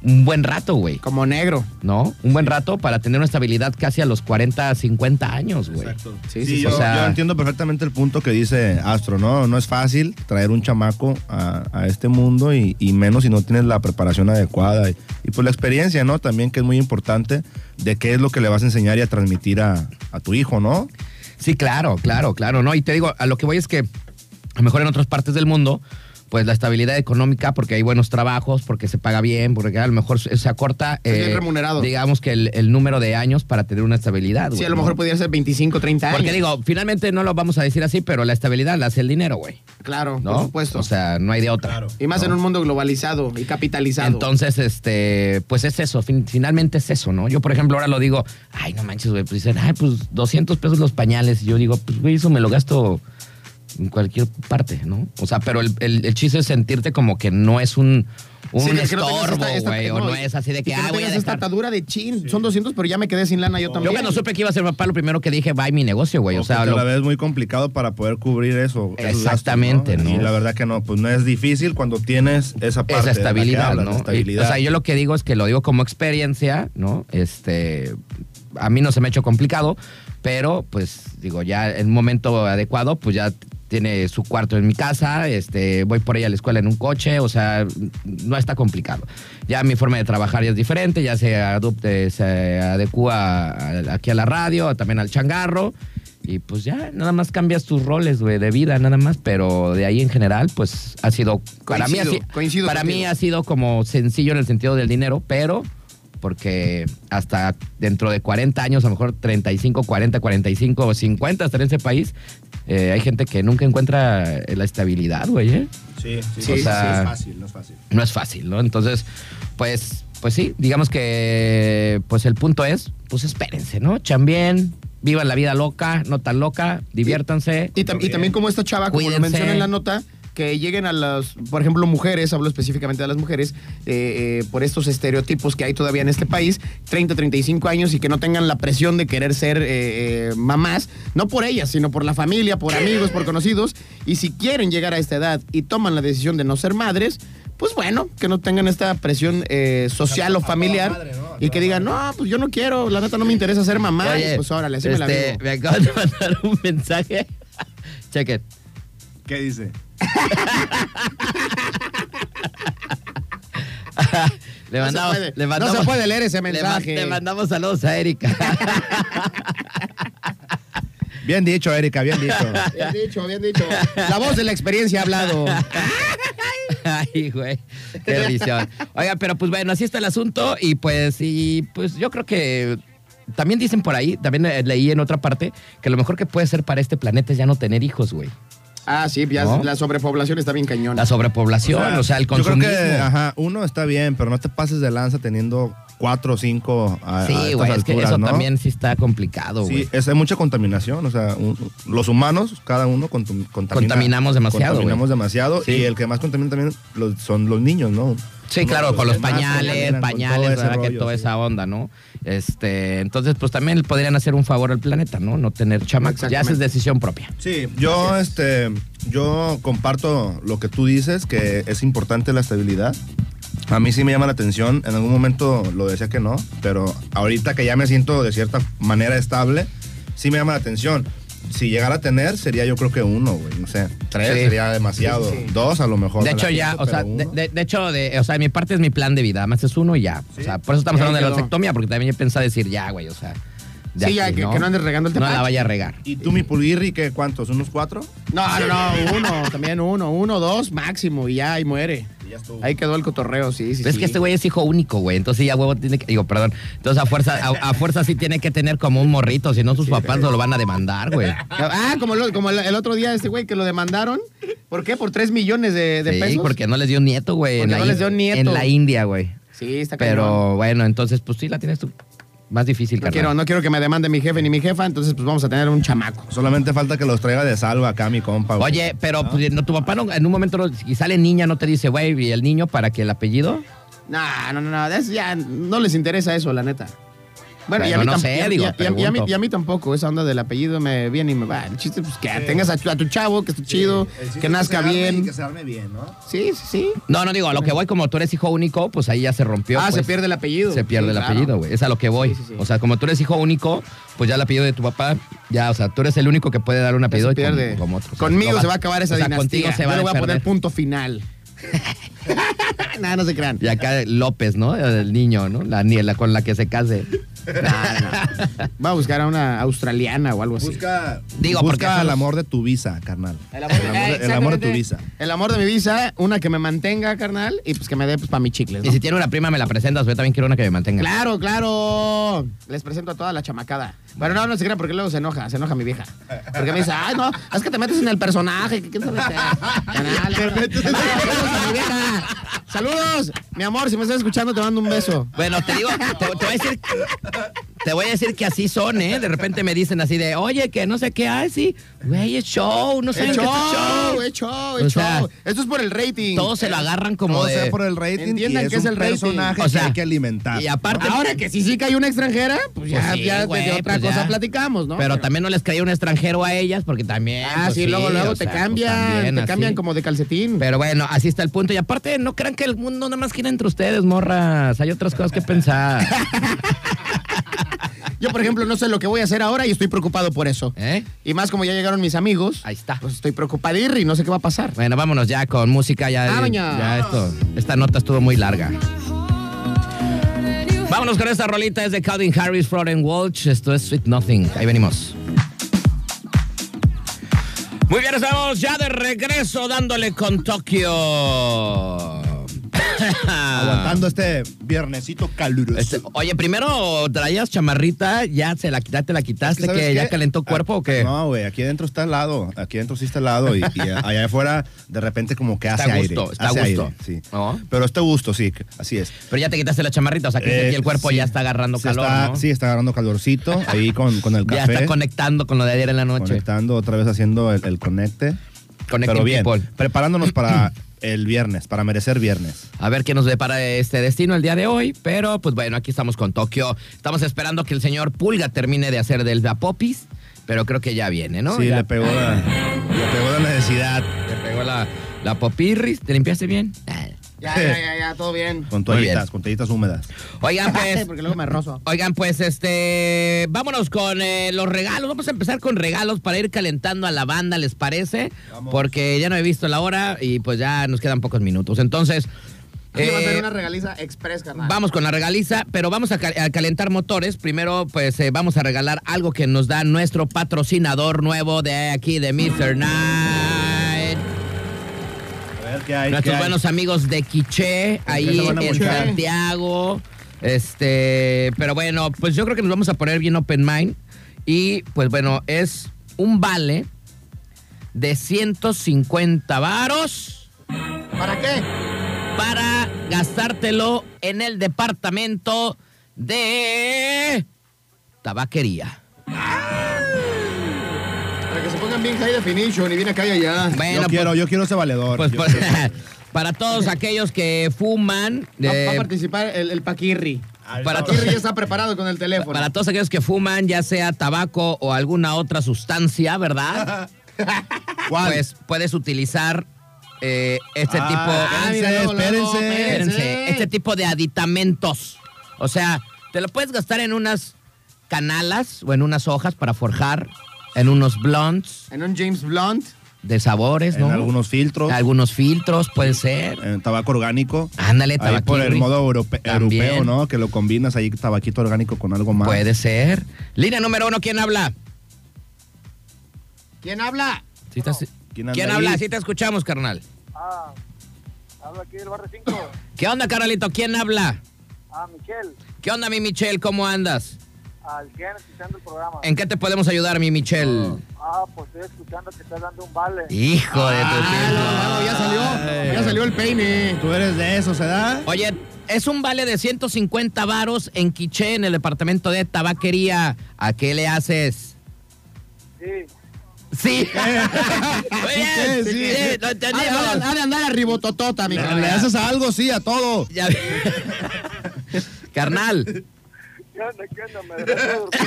S1: un buen rato, güey.
S3: Como negro.
S1: ¿No? Un buen rato para tener una estabilidad casi a los 40, 50 años, güey.
S4: Exacto.
S3: Sí,
S4: Sí,
S3: sí, sí.
S4: yo,
S1: O sea-
S4: yo entiendo perfectamente el punto que dice Astro, ¿no? No es fácil traer un chamaco a, a este mundo y, y menos si no tienes la preparación adecuada. Y, y pues la experiencia, ¿no? También que es muy importante de qué es lo que le vas a enseñar y a transmitir a, a tu hijo, ¿no?
S1: Sí, claro, claro, claro, ¿no? Y te digo, a lo que voy es que a lo mejor en otras partes del mundo, pues la estabilidad económica, porque hay buenos trabajos, porque se paga bien, porque a lo mejor se se acorta. eh,
S3: Es bien remunerado.
S1: Digamos que el, el número de años para tener una estabilidad, güey.
S3: Sí, a lo
S1: ¿no?
S3: mejor podría ser 25, 30 años.
S1: Porque digo, finalmente no lo vamos a decir así, pero la estabilidad la hace el dinero, güey.
S3: Claro,
S1: ¿No?
S3: por supuesto.
S1: O sea, no hay de otra.
S4: Claro.
S3: y más
S1: ¿no?
S3: en un mundo globalizado y capitalizado.
S1: Entonces, este, pues es eso, fin- finalmente es eso, ¿no? Yo, por ejemplo, ahora lo digo, ay, no manches, güey, pues dicen, ay, pues 200 pesos los pañales. Y yo digo, pues, güey, eso me lo gasto en cualquier parte, ¿no? O sea, pero el, el- el chiste es sentirte como que no es un, un
S3: Sí, que no tengas
S1: estorbo,
S3: esta- esta-
S1: güey, o no
S3: y-
S1: es así de
S3: y
S1: que,
S3: no
S1: ah, voy a
S3: tengas esta
S1: dejar.
S3: atadura de chin. Son 200, pero ya me quedé sin lana yo también.
S1: Yo cuando supe que iba a ser papá, lo primero que dije, bye mi negocio, güey. O sea,
S4: Porque a
S1: lo,
S4: pues, la vez es muy complicado para poder cubrir eso. esos gastos,
S1: Exactamente,
S4: Y
S1: ¿no?
S4: la verdad que no, pues no es difícil cuando tienes esa parte. de
S1: esa
S4: la que
S1: estabilidad,
S4: hablas,
S1: ¿no?
S4: la estabilidad.
S1: Y, o sea, yo lo que digo es que lo digo como experiencia, ¿no? Este, a mí no se me ha hecho complicado, pero pues digo, ya en un momento adecuado, pues ya tiene su cuarto en mi casa, este, voy por ahí a la escuela en un coche, o sea, no está complicado. Ya mi forma de trabajar ya es diferente, ya se, adopte, se adecua a- aquí a la radio, también al changarro. Y pues ya, nada más cambias tus roles, güey, de vida, nada más, pero de ahí en general, pues ha sido, para mí, ha
S3: Coincido,
S1: sido-
S3: coincido
S1: para mí
S3: contigo.
S1: ha sido como sencillo en el sentido del dinero, pero porque hasta dentro de 40 años, a lo mejor 35, 40, 45 o 50 hasta en ese país, eh, hay gente que nunca encuentra la estabilidad, güey, ¿eh?
S4: Sí, sí,
S1: Sí,
S4: o
S1: sí,
S4: sea,
S1: sí.
S4: no es fácil, no es fácil.
S1: no es fácil, ¿no? Entonces, pues, pues sí, digamos que pues el punto es, pues espérense, ¿no? Chambien, vivan la vida loca, no tan loca, diviértanse.
S3: Y, tam- y también como esta chava, como lo
S1: Cuídense.
S3: menciona en la nota, que lleguen a las, por ejemplo, mujeres, hablo específicamente de las mujeres, eh, eh, por estos estereotipos que hay todavía en este país, 30, 35 años y que no tengan la presión de querer ser eh, eh, mamás, no por ellas, sino por la familia, por amigos, por conocidos, y si quieren llegar a esta edad y toman la decisión de no ser madres, pues bueno, que no tengan esta presión eh, social o
S4: toda
S3: familiar
S4: madre, ¿no? A
S3: y
S4: toda
S3: que digan, no, pues yo no quiero, la neta no me interesa ser mamá, y
S1: Oye,
S3: pues órale, así me la
S1: este,
S3: vivo.
S1: me acaban de mandar un mensaje. Chequen.
S4: ¿Qué dice?
S1: Le
S3: No se
S1: mandamos,
S3: puede.
S1: le
S3: No
S1: mandamos-
S3: se puede leer ese
S1: le man-
S3: mensaje.
S1: Le, mandamos saludos a Erika.
S4: Bien dicho, Erika, bien dicho.
S3: Bien dicho, bien dicho. La voz de la experiencia ha hablado.
S1: Ay, güey. Qué risión. Oiga, pero pues bueno, así está el asunto. Y pues, y pues yo creo que. También dicen por ahí, también eh, leí en otra parte, que lo mejor que puede ser para este planeta es ya no tener hijos, güey.
S3: Ah, sí, ya
S1: ¿No?
S3: la sobrepoblación está bien cañona.
S1: La sobrepoblación, o sea, el consumismo.
S4: Yo creo que, ajá, uno está bien, pero no te pases de lanza teniendo cuatro o cinco a, a
S1: sí,
S4: estas
S1: güey, es que
S4: alturas,
S1: eso
S4: ¿no?
S1: también sí está complicado, güey.
S4: Sí, es, hay mucha contaminación, o sea, un- los humanos, cada uno contu- contamina-
S1: Contaminamos demasiado,
S4: Contaminamos demasiado
S1: Sí.
S4: y el que más contamina también los- son los niños, ¿no?
S1: Sí,
S4: Uno de
S1: claro, con los
S4: que más
S1: pañales,
S4: contaminan, con todo
S1: pañales,
S4: ese
S1: ¿verdad? que
S4: rollo,
S1: toda
S4: sí.
S1: esa onda, ¿no? Este, entonces, pues también podrían hacer un favor al planeta, ¿no? No tener chamacos. Ya esa
S3: Exactamente.
S1: es decisión propia.
S4: Sí, yo este, yo comparto lo que tú dices, que es importante la estabilidad. A mí sí me llama la atención, en algún momento lo decía que no, pero ahorita que ya me siento de cierta manera estable, sí me llama la atención. si llegara a tener, sería yo creo que uno, güey. No sé. Tres
S1: Sí.
S4: sería demasiado.
S3: Sí, sí.
S4: Dos a lo mejor.
S1: De
S4: me la
S1: hecho, ya,
S4: pienso,
S1: o sea,
S4: pero
S1: de,
S4: uno.
S1: de- de hecho, de, o sea, de mi parte es mi plan de vida. Además es uno y ya. O sea, por eso estamos
S3: Ya
S1: hablando de la
S3: quedó.
S1: vasectomía, porque también yo pensaba decir ya, güey, o sea.
S3: Sí, ya, que- que no andes regando el
S1: No la
S3: tepache.
S1: vaya a regar.
S4: ¿Y tú, mi pulguirri, qué cuántos? ¿Unos cuatro?
S3: No, no, no, uno, también uno, uno, dos máximo y ya, ahí muere.
S4: Y ya estuvo.
S3: Ahí quedó el cotorreo, sí, sí.
S1: Pero es
S3: sí.
S1: que este güey es hijo único, güey. Entonces ya huevo tiene que. Digo, perdón. Entonces a fuerza, a, a fuerza sí tiene que tener como un morrito, si no sus papás no lo van a demandar, güey.
S3: Ah, como, lo- como el, el otro día este güey que lo demandaron. ¿Por qué? ¿Por tres millones de, de
S1: Sí,
S3: pesos?
S1: porque no les dio nieto, güey. en
S3: Porque
S1: la
S3: no
S1: in-
S3: les dio nieto.
S1: En la India, güey.
S3: Sí, está cañón.
S1: Pero bueno, entonces, pues sí, la tienes tú más difícil,
S3: No
S1: carnal.
S3: quiero, no quiero que me demande mi jefe ni mi jefa, entonces pues vamos a tener un chamaco.
S4: Solamente falta que los traiga de salva acá, mi compa. güey.
S1: Oye, pero pues, no, tu papá no- en un momento, no- si sale niña, no te dice, güey, y el niño para que el apellido.
S3: No, no, no, no, es- ya no les interesa eso, la neta. Bueno, y a
S1: Bueno,
S3: mí
S1: no
S3: tam-
S1: sé,
S3: y a-
S1: digo,
S3: y a- y a- y a mí-
S1: pregunto.
S3: y a mí tampoco, esa onda del apellido me viene y me va. El chiste pues que tengas a, tu- a tu chavo, que esté chido,
S4: El chiste
S3: que
S4: es
S3: nazca
S4: se arme
S3: bien.
S4: y Que se arme bien, ¿no?
S3: Sí, sí, sí.
S1: No, no digo, a lo que voy, como tú eres hijo único, pues ahí ya se rompió.
S3: ah,
S1: pues.
S3: se pierde el apellido.
S1: Se pierde
S3: Sí,
S1: el
S3: claro.
S1: apellido, güey. Es a lo que voy.
S3: Sí, sí, sí.
S1: O sea, como tú eres hijo único, pues ya el apellido de tu papá, ya, o sea, tú eres el único que puede dar un apellido.
S3: se
S1: y con-
S3: pierde.
S1: como otro. O sea,
S3: Conmigo
S1: no
S3: se va a acabar esa
S1: o sea,
S3: dinastía.
S1: Contigo se va
S3: Yo le voy a
S1: perder.
S3: poner punto final. Nada, no se crean.
S1: Y acá López, ¿no? El niño, ¿no? La niela con la que se case.
S3: Va a buscar a una australiana o algo así.
S4: Busca,
S1: Digo, porque
S4: busca
S1: eso
S4: el
S1: es-
S4: amor de tu visa, carnal.
S3: El amor,
S4: el amor, de- el amor de tu visa.
S3: El amor de mi visa, una que me mantenga, carnal, y pues que me dé pues, para mis chicles.
S1: Y
S3: ¿no?
S1: si tiene una prima, me la presentas. Yo también quiero una que me mantenga.
S3: Claro, claro. Les presento a toda la chamacada. Pero no, no se crean porque luego se enoja, se enoja mi vieja. Porque me dice, ay, no, es que te metes en el personaje. que quién sabe qué". Canal,
S4: Te metes en el
S3: Saludos a mi vieja. Saludos, mi amor, si me estás escuchando te mando un beso.
S1: Bueno, te digo, te, te voy a decir. Te voy a decir que así son, ¿eh? De repente me dicen así de, oye, que no sé qué, ay, sí. Güey, es show, no saben
S3: Es
S1: que este es
S3: show,
S1: show.
S3: es show,
S1: O
S3: es
S1: sea,
S3: show. Esto es por el rating.
S1: Todos se lo agarran como
S4: o
S1: de...
S4: sea, por el rating.
S3: Entiendan
S4: y es
S3: que es
S4: un
S3: el rating.
S4: personaje
S1: O sea,
S4: que hay que alimentar.
S1: y aparte-
S3: Ahora que si sí que hay una extranjera, pues ya,
S1: Pues sí,
S3: ya
S1: güey,
S3: de otra
S1: pues
S3: cosa
S1: ya.
S3: platicamos, ¿no?
S1: Pero también no les caía un extranjero a ellas porque también.
S3: Ah,
S1: pues
S3: sí, luego, luego
S1: o
S3: te
S1: sea, pues
S3: cambian,
S1: también
S3: te
S1: así.
S3: cambian como de calcetín.
S1: Pero bueno, así está el punto. Y aparte, no crean que el mundo nada más gira entre ustedes, morras. Hay otras cosas que pensar.
S3: Yo, por ejemplo, no sé lo que voy a hacer ahora y estoy preocupado por eso.
S1: ¿Eh?
S3: Y más como ya llegaron mis amigos.
S1: Ahí está.
S3: Pues estoy preocupadir y no sé qué va a pasar.
S1: Bueno, vámonos ya con música. Ya,
S3: Vámonos.
S1: ya esto. Esta nota estuvo muy larga. Vámonos con esta rolita. Es de Calvin Harris, Floyd and Walsh. Esto es Sweet Nothing. Ahí venimos. Muy bien, estamos ya de regreso dándole con Tokio.
S4: Aguantando este viernesito caluroso.
S1: Este, oye, primero traías chamarrita, ya se la ya te la quitaste,
S4: ¿Sabes
S1: que,
S4: qué?
S1: ya calentó cuerpo
S4: Ah,
S1: o qué?
S4: No, güey, aquí adentro está helado. Aquí adentro sí está helado. Y, y allá afuera, de repente, como que hace
S1: Está a gusto,
S4: aire.
S1: está a
S4: hace
S1: gusto.
S4: aire, sí.
S1: ¿No?
S4: Pero está a gusto, sí, así es.
S1: Pero ya te quitaste la chamarrita, o sea que
S4: Eh,
S1: aquí el cuerpo
S4: sí.
S1: ya está agarrando
S4: Se
S1: calor,
S4: está-
S1: ¿no?
S4: Sí, está agarrando calorcito ahí con, con el
S1: ya
S4: café.
S1: está conectando con lo de ayer en la noche.
S4: conectando, otra vez haciendo el, el conecte.
S1: Connecting
S4: Pero bien,
S1: people.
S4: preparándonos para el viernes, para merecer viernes.
S1: A ver qué nos depara este destino el día de hoy, pero pues bueno, aquí estamos con Tokio. Estamos esperando que el señor Pulga termine de hacer del Da Popis, pero creo que ya viene, ¿no?
S4: sí,
S1: Ya-
S4: le pegó, la, le pegó la necesidad.
S1: le pegó la, la popirris. ¿Te limpiaste bien? Ah.
S3: Ya, ya, ya, ya, todo bien.
S4: Con
S1: bien.
S4: toallitas, con toallitas húmedas.
S1: Oigan,
S3: Ay,
S1: pues.
S3: Porque luego me rozo.
S1: Oigan, pues este, vámonos con eh, los regalos. Vamos a empezar con regalos para ir calentando a la banda, ¿les parece?
S4: Vamos.
S1: Porque ya no he visto la hora y pues ya nos quedan pocos minutos. Entonces,
S3: Aquí va a
S1: eh,
S3: ser una regaliza express, carnal.
S1: vamos con la regaliza, pero vamos a, ca- a calentar motores. Primero, pues eh, vamos a regalar algo que nos da nuestro patrocinador nuevo de aquí, de Mr. Night.
S4: A ver qué hay.
S1: Nuestros
S4: qué hay?
S1: buenos amigos de Quiché, ahí
S4: se van a
S1: en
S4: volcar.
S1: Santiago. Este, pero bueno, pues yo creo que nos vamos a poner bien open mind. Y pues bueno, es un vale de 150 varos
S3: ¿Para qué?
S1: para gastártelo en el departamento de tabaquería.
S3: Para que se pongan bien high definition y bien acá y allá.
S1: Bueno,
S4: yo, quiero, yo quiero ese valedor.
S1: pues,
S4: Yo
S1: pues,
S4: quiero-
S1: para todos aquellos que fuman,
S3: Va, va a
S1: eh,
S3: participar el, el Paquirri.
S4: Ahí
S1: para todos-
S4: está.
S3: Paquirri ya está preparado con el teléfono.
S1: Para todos aquellos que fuman, ya sea tabaco o alguna otra sustancia, ¿verdad?
S4: ¿Cuál?
S1: Pues puedes utilizar eh, este
S4: Ah,
S1: tipo.
S3: ah, mira,
S4: espérense,
S3: luego, luego,
S4: espérense.
S3: espérense.
S1: espérense, este tipo de aditamentos. O sea, te lo puedes gastar en unas canalas o en unas hojas para forjar. en unos blondes
S3: En un James Blunt.
S1: de sabores,
S4: En
S1: ¿no?
S4: algunos filtros.
S1: Algunos filtros, puede ser.
S4: En tabaco orgánico.
S1: Ándale,
S4: Ahí por el
S1: tabaquirri.
S4: modo europe-
S1: También.
S4: europeo, ¿no? Que lo combinas ahí tabaquito orgánico con algo más.
S1: Puede ser. Línea número uno, ¿quién habla?
S3: ¿Quién habla?
S1: Sí estás-
S4: ¿Quién anda
S1: ¿Quién
S4: ahí?
S1: habla? Sí te escuchamos, carnal.
S2: Ah, hablo aquí del barrio 5.
S1: ¿Qué onda, carnalito? ¿Quién habla?
S2: Ah, Michelle,
S1: ¿Qué onda, mi Michelle? ¿Cómo andas?
S2: al 100 escuchando el programa.
S1: ¿En qué te podemos ayudar, mi Michelle?
S2: Ah, pues estoy escuchando que estás dando un vale.
S1: Hijo de tu
S3: Ah,
S1: tío.
S3: no, no, ya salió. Ya salió el peine.
S4: Tú eres de ¿eh? eso, ¿se da?
S1: Oye, es un vale de 150 varos en Quiché, en el departamento de tabaquería. ¿A qué le haces?
S2: Sí,
S1: Sí. Muy bien.
S4: Sí,
S1: Sí,
S4: sí.
S1: lo
S3: Ha de-
S1: entendimos.
S3: ha de ha de andar a ribototota, mi
S4: Le,
S3: carnal.
S4: le haces a algo, sí, a todo.
S1: Ya- Carnal,
S2: ¿qué onda, qué onda? Me dejé dormir.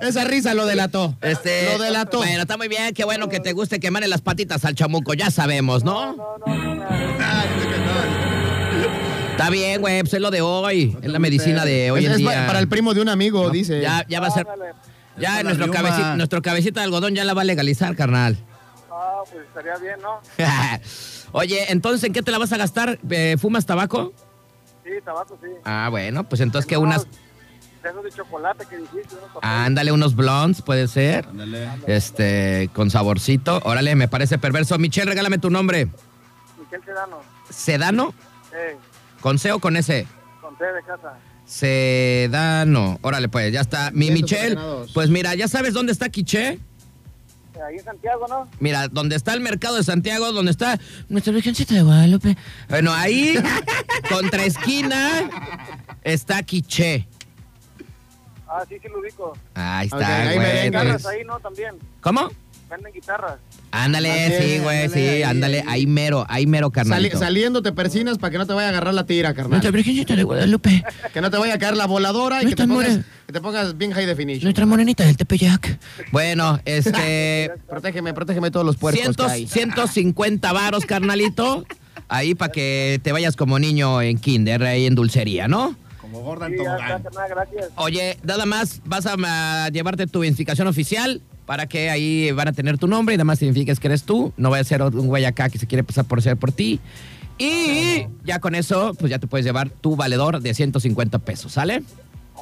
S3: Esa risa lo delató.
S1: este.
S3: Lo delató.
S1: Bueno, está muy bien, qué bueno que te guste quemar en las patitas al chamuco, ya sabemos, ¿no?
S2: No, no, no, no.
S3: Ah, dice que no.
S1: Está bien, güey, pues es lo de hoy, es la medicina de hoy
S3: Es-
S1: en
S3: es pa-
S1: día.
S3: para el primo de un amigo, dice.
S1: ya, ya va a ser.
S2: Ándale.
S1: Ya
S4: para
S1: nuestro
S4: la
S1: cabeci-
S4: riuma.
S1: nuestro cabecita de algodón ya la va a legalizar, carnal.
S2: Ah, pues estaría bien, ¿no?
S1: Oye, entonces, ¿en qué te la vas a gastar? Eh, ¿Fumas tabaco?
S2: Sí, tabaco, sí.
S1: Ah, bueno, pues entonces que unas... Ah,
S2: De esos de chocolate que dijiste, unos papeles.
S1: Ándale, unos blondes, puede ser. Este, con saborcito. Órale, me parece perverso. Michelle, regálame tu nombre.
S2: Michelle Sedano.
S1: Sedano,
S2: Eh,
S1: con C o con S.
S2: con té de casa.
S1: Sedano. Órale, pues, ya está. Mi
S3: Vientos
S1: Michelle,
S3: ordenados.
S1: pues mira, ¿ya sabes dónde está Quiche?
S2: Eh, ahí en Santiago, ¿no?
S1: Mira, donde está el mercado de Santiago, donde está nuestra Virgencita de Guadalupe. Bueno, ahí, contra esquina, está Quiche.
S2: Ah, sí, sí lo ubico.
S1: Ahí está,
S3: Ok, ahí
S1: güey.
S3: me vengo.
S1: pues.
S2: Guitarras ahí, ¿no? También.
S1: ¿Cómo?
S2: Venden guitarras.
S1: Ándale,
S3: Ándale,
S1: sí, güey,
S3: ándale, ahí,
S1: sí, ándale.
S3: ahí.
S1: Ahí mero, ahí mero,
S3: Sali-
S1: carnalito.
S3: saliendo te persinas para que no te vaya a agarrar la tira,
S1: Nuestra
S3: carnal.
S1: Virgencita de Guadalupe,
S3: Que no te vaya a caer la voladora y
S1: No
S3: que te,
S1: estás
S3: pongas,
S1: more-
S3: que te pongas bien high definition.
S1: nuestra morenita del Tepeyac. Bueno, este...
S3: Protégeme, protégeme todos los puercos
S1: cientos-
S3: que hay.
S1: 150 varos, carnalito. Ahí para que te vayas como niño en kinder, ahí en dulcería, ¿no?
S4: Como gorda en
S2: Sí, ya está,
S4: tobogán.
S2: carnal, gracias.
S1: Oye, nada más vas a ma, llevarte tu identificación oficial para que ahí van a tener tu nombre y nada más signifiques que eres tú. No vaya a ser un güey acá que se quiere pasar por ser por ti. Y ya con eso, pues ya te puedes llevar tu valedor de 150 pesos, ¿sale?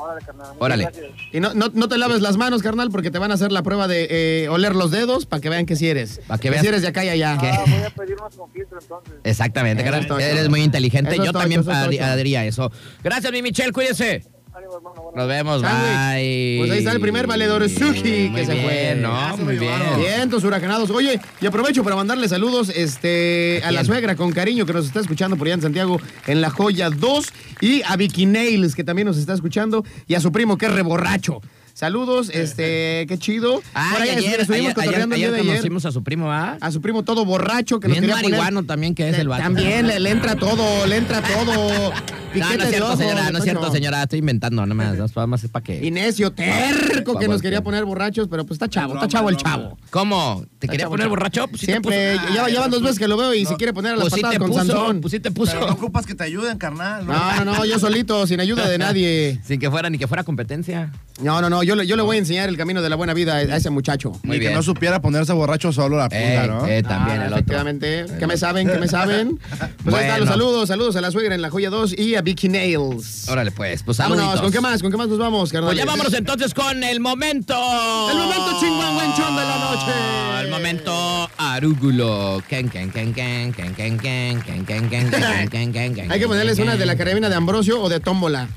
S2: Órale, carnal. muchas
S1: Órale.
S2: Gracias.
S3: Y no, no, no te laves las manos, carnal, porque te van a hacer la prueba de eh, oler los dedos para que vean que si eres.
S1: Pa' que veas-
S3: si eres de acá y allá.
S1: ¿Qué?
S2: Ah, voy a pedir unos con filtro entonces.
S1: Exactamente,
S3: Eso es
S1: carnal.
S3: todo.
S1: Eres muy inteligente.
S3: Eso es
S1: Yo
S3: todo,
S1: también
S3: eso es todo.
S1: haría- haría eso. Gracias, mi Michelle. Cuídese.
S2: Ánimo, hermano. buenas
S1: Nos vemos.
S3: Sándwich.
S1: Bye.
S3: Ah, Pues ahí está el primer valedor, Suki,
S1: Muy
S3: que se
S1: bien,
S3: fue.
S4: Ya
S1: No,
S4: se lo
S1: muy bien.
S4: llevaron.
S3: Vientos huracanados. Oye, y aprovecho para mandarle saludos este,
S1: ¿A
S3: a la
S1: quién?
S3: suegra con cariño que nos está escuchando por allá en Santiago en La Joya 2 y a Vicky Nails que también nos está escuchando y a su primo que es reborracho. Saludos, este, qué chido.
S1: Ay,
S3: Por ahí
S1: ayer,
S3: estuvimos
S1: ayer- ayer-
S3: cotorreando el día
S1: ayer
S3: de ayer.
S1: conocimos a su primo, ¿ah?
S3: A su primo todo borracho que nos
S1: Bien
S3: quería poner-
S1: marihuano también que es el vato.
S3: También le, le entra todo, le entra todo.
S1: No,
S3: Piquete
S1: no
S3: de
S1: es cierto,
S3: ojos,
S1: señora, no es cierto,
S3: Toño.
S1: señora, estoy inventando nomás, no, nada más es para
S3: Y
S1: que...
S3: necio, terco que
S1: Vamos,
S3: nos quería
S1: tío.
S3: poner borrachos, pero pues está chavo,
S4: broma,
S3: está chavo el
S4: broma.
S3: chavo.
S1: ¿Cómo? ¿Te
S3: Está
S1: quería
S3: chavo,
S1: poner
S3: chavo.
S1: borracho? Pues sí te
S3: Siempre,
S1: puso-
S3: ya, ya van dos veces que lo veo y se quiere poner a las
S1: Pues sí
S3: patadas
S1: te
S3: con
S1: puso,
S3: Sansón.
S1: pues sí te
S4: Pero no
S1: puso.
S4: ocupas que te ayuden, carnal.
S1: Ah,
S3: No,
S4: ¿no?
S3: no, no, yo solito, sin ayuda de nadie.
S1: Sin que fuera, ni que fuera competencia.
S3: No, no, no, yo, le- yo le voy a enseñar el camino de la buena vida a a ese muchacho.
S1: Muy
S4: Ni que
S1: bien.
S4: no supiera ponerse borracho solo la punta,
S1: Ey,
S4: ¿no?
S1: eh, también
S3: Ah,
S1: el otro.
S3: efectivamente. ¿Qué me saben? ¿Qué me saben? Pues ahí están los
S1: Bueno.
S3: saludos, saludos a la suegra en la joya 2 y a Vicky Nails.
S1: Órale, pues, pues
S3: Vámonos,
S1: saluditos.
S3: ¿con qué más? ¿Con qué más nos vamos, carnal?
S1: Pues ya vámonos entonces con el momento. Oh,
S3: El momento chingüengüenchón de la noche.
S1: El momento arúgulo. Ken, ken, ken, ken, ken, ken, ken, ken, ken, ken, ken, ken, ken, ken,
S3: Hay que ponerles
S1: ken,
S3: una de la
S1: ken.
S3: carabina de Ambrosio o de Tómbola.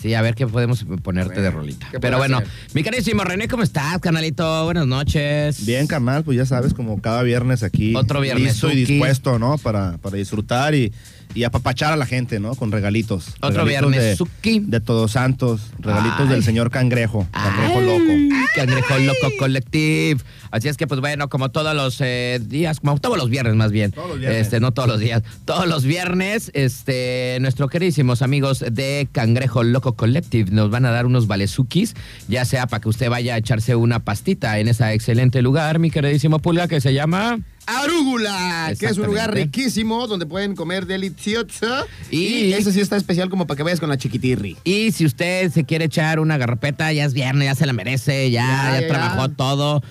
S1: Sí, a ver qué podemos ponerte de rolita.
S3: ¿qué
S1: Pero
S3: podrá
S1: bueno,
S3: ser?
S1: mi carísimo René, ¿cómo estás, canalito? Buenas noches.
S4: Bien, carnal, pues ya sabes, como cada viernes aquí.
S1: Otro viernes,
S4: Listo y
S1: Suki.
S4: dispuesto, ¿no? Para, para disfrutar y, y apapachar a la gente, ¿no? Con regalitos.
S1: Otro
S4: Regalitos
S1: viernes,
S4: de-
S1: Suki.
S4: De Todos Santos. Regalitos
S1: Ay.
S4: del señor Cangrejo. Cangrejo
S1: Ay,
S4: loco.
S1: Cangrejo Loco Collective. Así es que, pues bueno, como todos los eh, días, como todos los viernes más bien.
S4: Todos los viernes.
S1: Este, no todos los días. Todos los viernes, este, nuestros queridísimos amigos de Cangrejo Loco Collective nos van a dar unos valesukis, ya sea para que usted vaya a echarse una pastita en ese excelente lugar, mi queridísimo Pulga, que se llama...
S3: Arúgula, que es un lugar
S1: Exactamente.
S3: riquísimo donde pueden comer delicioso. Y,
S1: Y-
S3: ese sí está especial como para que vayas con la chiquitirri.
S1: Y si usted se quiere echar una garrapeta, ya es viernes, ya se la merece, ya,
S3: Ya,
S1: ya
S3: ya,
S1: trabajó
S3: ya.
S1: todo.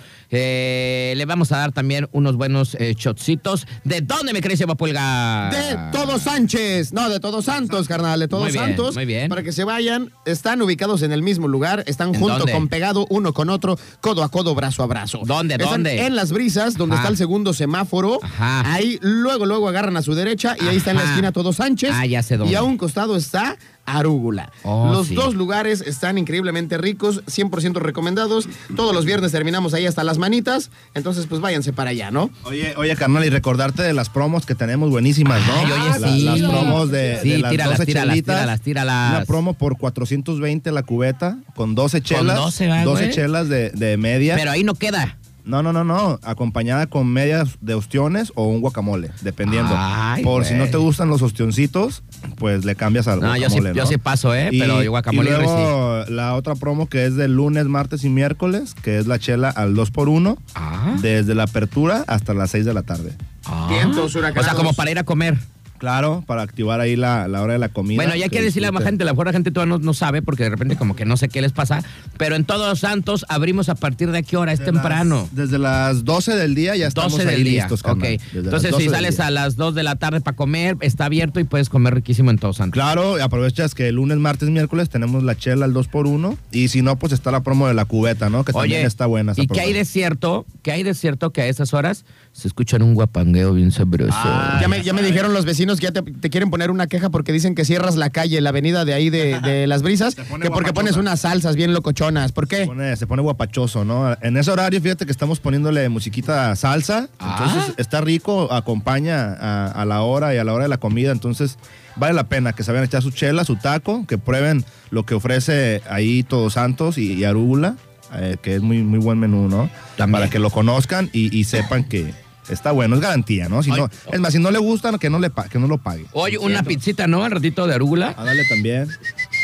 S1: Eh, le vamos a dar también unos buenos eh, shotcitos. ¿De dónde me crece Papulga?
S3: De Todos Sánchez, no, de Todos Santos, carnal, de Todos
S1: Ah. Muy bien,
S3: Santos.
S1: muy bien.
S3: Para que se vayan, están ubicados en el mismo lugar, están
S1: ¿En
S3: junto
S1: dónde?
S3: con pegado uno con otro, codo a codo, brazo a brazo.
S1: ¿Dónde,
S3: Están
S1: dónde?
S3: En las brisas, donde
S1: Ajá.
S3: está el segundo semáforo.
S1: Ajá.
S3: Ahí luego, luego agarran a su derecha y ahí está en la
S1: Ajá.
S3: esquina Todos Sánchez.
S1: Ah, ya sé dónde.
S3: Y a un costado está Arúgula.
S1: Oh,
S3: Los
S1: sí.
S3: dos lugares están increíblemente ricos, 100% recomendados. Todos los viernes terminamos ahí hasta las manitas. Entonces, pues váyanse para allá, ¿no?
S4: Oye, oye, carnal, y recordarte de las promos que tenemos buenísimas, ¿no?
S1: Ay, oye,
S4: La-
S1: sí.
S4: Las promos de, de
S1: Sí,
S4: las
S1: tíralas,
S4: 12
S1: tíralas,
S4: chelitas.
S1: tíralas, tíralas.
S4: Una promo por 420 la cubeta, con 12 chelas.
S1: 12, ¿verdad, güey?
S4: chelas de, de media.
S1: Pero ahí no queda.
S4: no, no, no, no. Acompañada con medias de ostiones o un guacamole, dependiendo.
S1: Ay,
S4: por si
S1: güey.
S4: no te gustan los ostioncitos, pues le cambias al
S1: No,
S4: guacamole,
S1: yo sí, yo sí paso, ¿eh? Pero guacamole
S4: y
S1: y reci-
S4: luego, la otra promo que es de lunes, martes y miércoles, que es la chela al 2x1,
S1: Ah.
S4: desde la apertura hasta las 6 de la tarde.
S1: Ah.
S3: Vientos
S1: O sea,
S3: huracanados.
S1: como para ir a comer.
S4: Claro, para activar ahí la, la hora de la comida.
S1: Bueno, ya hay que decirle a la
S4: disfruten.
S1: gente, a lo mejor la gente todavía no, no sabe porque de repente como que no sé qué les pasa, pero en Todos Santos abrimos a partir de qué hora, es
S4: De
S1: temprano.
S4: las- desde las 12 del día ya estamos
S1: 12 del
S4: ahí
S1: día.
S4: listos,
S1: ok.
S4: carnal. Desde las
S1: Entonces,
S4: 12
S1: si
S4: del
S1: sales
S4: día.
S1: a las 2 de la tarde para comer, está abierto y puedes comer riquísimo en Todos Santos.
S4: Claro, y aprovechas que el lunes, martes, miércoles tenemos la chela al 2x1 y si no, pues está la promo de la cubeta, ¿no? Que también está buena. esa
S1: ¿y qué hay
S4: promo.
S1: de cierto? ¿Qué hay de cierto que a esas horas se escuchan un guapangueo bien sabroso?
S3: ya me, ya me dijeron los vecinos que ya te, te quieren poner una queja porque dicen que cierras la calle, la avenida de ahí de, de Las Brisas,
S4: Se pone
S3: que porque
S4: guapachona.
S3: pones unas salsas bien locochonas. ¿Por
S4: Se
S3: qué?
S4: pone, se pone guapachoso, ¿no? En ese horario, fíjate que estamos poniéndole musiquita salsa.
S1: Ah.
S4: Entonces, está rico, acompaña a, a la hora y a la hora de la comida. Entonces, vale la pena que se vayan a echar su chela, su taco, que prueben lo que ofrece ahí Todos Santos y, y Arúgula, eh, que es muy, muy buen menú, ¿no?
S1: También.
S4: Para que lo conozcan y, y sepan que está bueno, es garantía, ¿no? Si
S1: Ay.
S4: no es más, si no le gustan, que no, le pa- que no lo pague.
S1: Oye, una pizzita, ¿no? Al ratito de arúgula.
S4: Ándale también.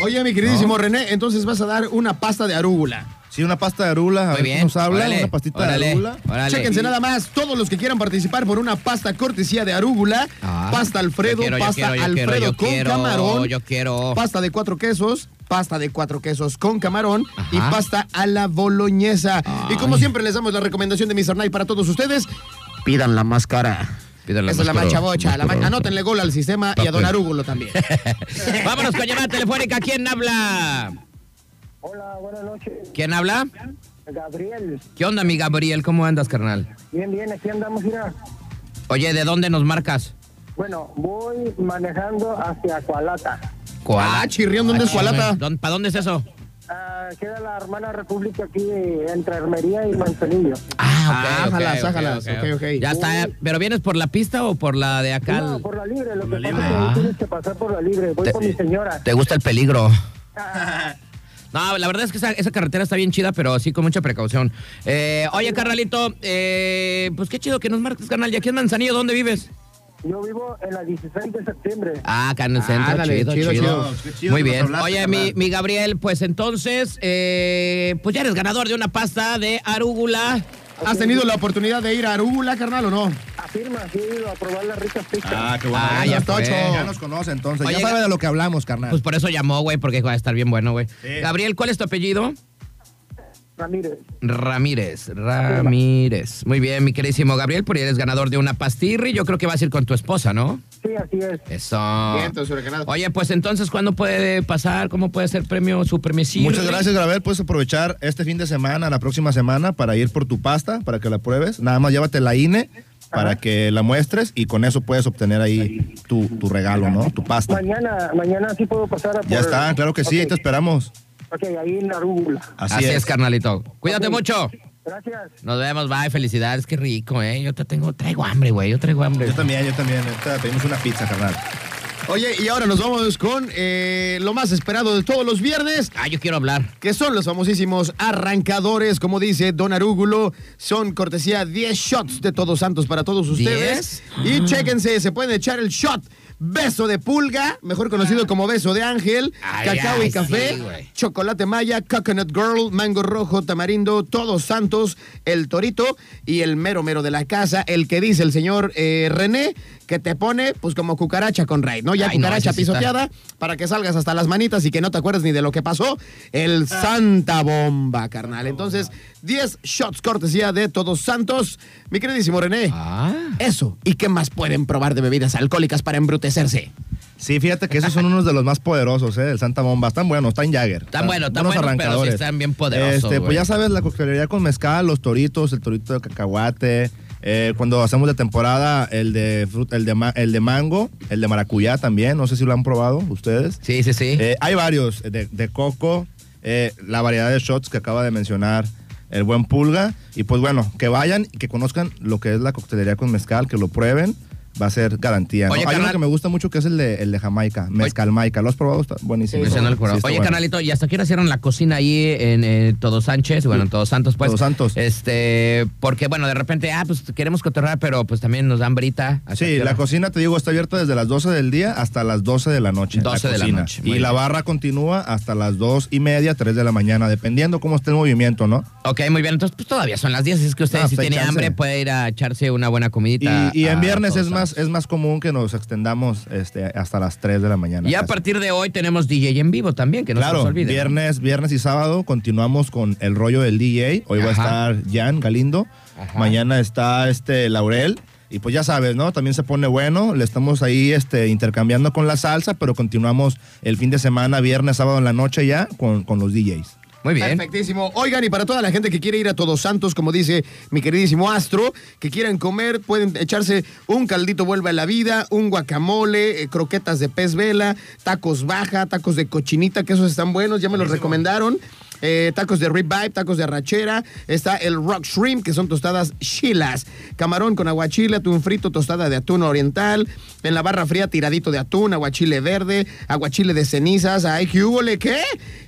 S3: Oye, mi queridísimo René, entonces vas a dar una pasta de arúgula.
S4: Sí, una pasta de arúgula, a
S1: Muy
S4: ver qué
S1: bien.
S4: nos habla,
S1: Órale,
S4: una pastita
S1: órale,
S4: de arúgula.
S1: órale.
S3: Chéquense nada más, todos los que quieran participar por una pasta cortesía de arúgula,
S1: Ah.
S3: pasta Alfredo,
S1: Yo quiero, yo
S3: pasta
S1: quiero, yo
S3: Alfredo
S1: quiero, yo
S3: con
S1: quiero,
S3: camarón,
S1: yo quiero.
S3: pasta de cuatro quesos. Pasta de cuatro quesos con camarón y
S1: Ajá.
S3: pasta a la boloñesa. Y como
S1: Ay.
S3: siempre les damos la recomendación de Mr. Night para todos ustedes, pidan la máscara.
S1: Pídala
S3: Esa es la
S1: más
S3: mancha
S1: pro-
S3: bocha.
S1: más
S3: La man-
S1: pro-
S3: Anótenle gol al sistema y a Don Arúgulo también.
S1: Vámonos con llamada telefónica. ¿Quién habla?
S2: Hola, buenas noches.
S1: ¿Quién habla?
S2: Gabriel.
S1: ¿Qué onda, mi Gabriel? ¿Cómo andas, carnal?
S2: Bien, bien, aquí andamos, mira.
S1: Oye, ¿de dónde nos marcas?
S2: Bueno, voy manejando hacia Cualata.
S3: Ah, chirrión, ¿dónde es Cualata?
S1: ¿Para dónde es eso?
S2: Ah, queda la hermana república aquí de- entre Armería y Manzanillo.
S1: Ah, ok, ok,
S3: Ájalas,
S1: ok,
S3: ájalas, ok, ok.
S1: Ya está. ¿Pero vienes por la pista o por la de acá?
S2: No, por la libre, lo que
S4: la
S2: pasa es que
S1: libre.
S2: ahí tienes que pasar por la libre. Voy
S1: Te-
S2: con mi señora.
S1: ¿Te gusta el peligro?
S2: Ah,
S1: No, la verdad es que esa, esa carretera está bien chida, pero sí con mucha precaución. Eh, oye, carnalito, eh, pues qué chido que nos marques, carnal. ¿Y aquí en Manzanillo dónde vives?
S2: yo vivo en la 16 de septiembre.
S1: Ah, acá en el centro.
S3: ándale,
S1: chido, chido,
S3: chido,
S4: chido. Qué chido
S1: Muy
S4: que nos
S1: bien.
S4: hablaste,
S1: Oye,
S4: carnal.
S1: mi, mi Gabriel, pues entonces, eh, pues ya eres ganador de una pasta de arúgula.
S3: ¿Has tenido la oportunidad de ir a Arúgula, carnal, o no?
S2: Afirma, sí, he ido a probar las ricas pizzas.
S4: Ah, qué bueno.
S1: Ah,
S4: Bueno,
S1: ya
S4: Tocho,
S1: fue.
S4: ya nos conoce entonces.
S1: Oye,
S4: ya sabe
S1: ga-
S4: de lo que hablamos, carnal.
S1: Pues por eso llamó, güey, porque va a estar bien bueno, güey.
S4: Sí.
S1: Gabriel, ¿cuál es tu apellido?
S2: Ramírez.
S1: Ramírez, Ramírez. Muy bien, mi queridísimo Gabriel, por ahí eres ganador de una pastirri. Yo creo que vas a ir con tu esposa, ¿no?
S2: Sí, así es.
S1: Eso.
S3: Vientos, huracanados.
S1: Oye, pues entonces, ¿cuándo puede pasar? ¿Cómo puede ser premio su premiecillo?
S4: Muchas gracias, Gravel. Puedes aprovechar este fin de semana, la próxima semana, para ir por tu pasta, para que la pruebes. Nada más llévate la INE para que la muestres y con eso puedes obtener ahí tu, tu regalo, ¿no? Tu pasta.
S2: Mañana, mañana sí puedo pasar a por...
S4: Ya está, claro que sí, ahí
S2: Ok,
S4: te esperamos.
S2: Ok, ahí en la rúgula.
S1: Así, es. carnalito. Cuídate
S2: Ok.
S1: mucho.
S2: Gracias.
S1: Nos vemos, bye, felicidades, qué rico, ¿eh? Yo te tengo, traigo hambre, güey, yo traigo hambre.
S4: Yo también, yo también. Ahorita pedimos una pizza, carnal.
S3: Oye, y ahora nos vamos con eh, lo más esperado de todos los viernes.
S1: Ah, yo quiero hablar.
S3: Que son los famosísimos arrancadores, como dice Don Arúgulo. Son
S1: Ah.
S3: cortesía 10 shots de Todos Santos para todos ustedes. Y chéquense, se pueden echar el shot Beso de Pulga, mejor conocido como Beso de Ángel,
S1: Ah. Ay,
S3: Cacao
S1: ay,
S3: y Café,
S1: sí, güey.
S3: Chocolate Maya, Coconut Girl, Mango Rojo, Tamarindo, Todos Santos, El Torito y el mero mero de la casa, el que dice el señor eh, René, que te pone pues como cucaracha con raid, ¿no? Ya
S1: Ay, no,
S3: cucaracha
S1: ese sí está.
S3: pisoteada para que salgas hasta las manitas y que no te acuerdes ni de lo que pasó. El Santa Bomba, carnal. Entonces, 10 shots cortesía de Todos Santos. Mi queridísimo René.
S1: Ah.
S3: Eso, ¿y qué más pueden probar de bebidas alcohólicas para embrutecerse?
S4: Sí, fíjate que esos son unos de los más poderosos, ¿eh? El Santa Bomba. Están buenos, están Jagger.
S1: Están buenos, están buenos, pero sí están bien poderosos,
S4: Este, pues
S1: güey.
S4: ya sabes, la coctelería con mezcal, los toritos, el torito de cacahuate. eh, cuando hacemos de temporada, el de, frut- el, de ma- el de mango, el de maracuyá también. No sé si lo han probado ustedes.
S1: Sí, sí, sí.
S4: Eh, hay varios, de, de coco, eh, la variedad de shots que acaba de mencionar el buen Pulga. Y pues bueno, que vayan y que conozcan lo que es la coctelería con mezcal, que lo prueben. Va a ser garantía. ¿no?
S1: Oye,
S4: Hay uno
S1: carnal.
S4: que me gusta mucho que es el de, el de Jamaica, Mezcalmaica. ¿Lo has probado? Está buenísimo.
S1: Ese no lo probaba.
S4: Sí, está
S1: Oye,
S4: bueno.
S1: canalito, ¿y hasta qué hora cierran la cocina ahí en eh, Todos Sánchez? Bueno, en Todos Santos, pues.
S4: Todos Santos.
S1: Este, porque, bueno, de repente, ah, pues queremos cotorrar, pero pues también nos dan brita. ¿Hasta
S4: Sí,
S1: qué hora?
S4: la cocina, te digo, está abierta desde las 12 del día hasta las 12 de la noche.
S1: 12 de la
S4: cocina.
S1: noche,
S4: Y
S1: muy
S4: la
S1: bien.
S4: barra continúa hasta las 2 y media, 3 de la mañana, dependiendo cómo esté el movimiento, ¿no?
S1: Ok, muy bien. Entonces, pues todavía son las 10. Es que ustedes,
S4: Ah,
S1: si
S4: pues, hay
S1: tiene
S4: chance.
S1: hambre, puede ir a echarse una buena
S4: Y,
S1: comidita.
S4: y en
S1: a
S4: viernes
S1: Todos
S4: es más,
S1: Santos.
S4: es más común que nos extendamos este, hasta las 3 de la mañana.
S1: Y a
S4: casi.
S1: partir de hoy tenemos DJ en vivo también, que no se nos
S4: Claro,
S1: olvide. ¿no?
S4: viernes, viernes y sábado continuamos con el rollo del DJ. Hoy va a
S1: Ajá.
S4: estar Jan Galindo.
S1: Ajá.
S4: Mañana está este Laurel. Y pues ya sabes, ¿no? También se pone bueno. Le estamos ahí este, intercambiando con la salsa, pero continuamos el fin de semana, viernes, sábado en la noche ya con, con los DJs.
S1: Muy bien.
S3: Perfectísimo. Oigan, y para toda la gente que quiere ir a Todos Santos, como dice mi queridísimo Astro, que quieran comer, pueden echarse un caldito vuelva a la vida, un guacamole, eh, croquetas de pez vela, tacos baja, tacos de cochinita, que esos están buenos, ya me los recomendaron. eh, tacos de ribeye, tacos de arrachera, está el rock shrimp, que son tostadas chilas, camarón con aguachile, atún frito, tostada de atún oriental, en la barra fría tiradito de atún, aguachile verde, aguachile de cenizas, ay, qué húbole, ¿qué?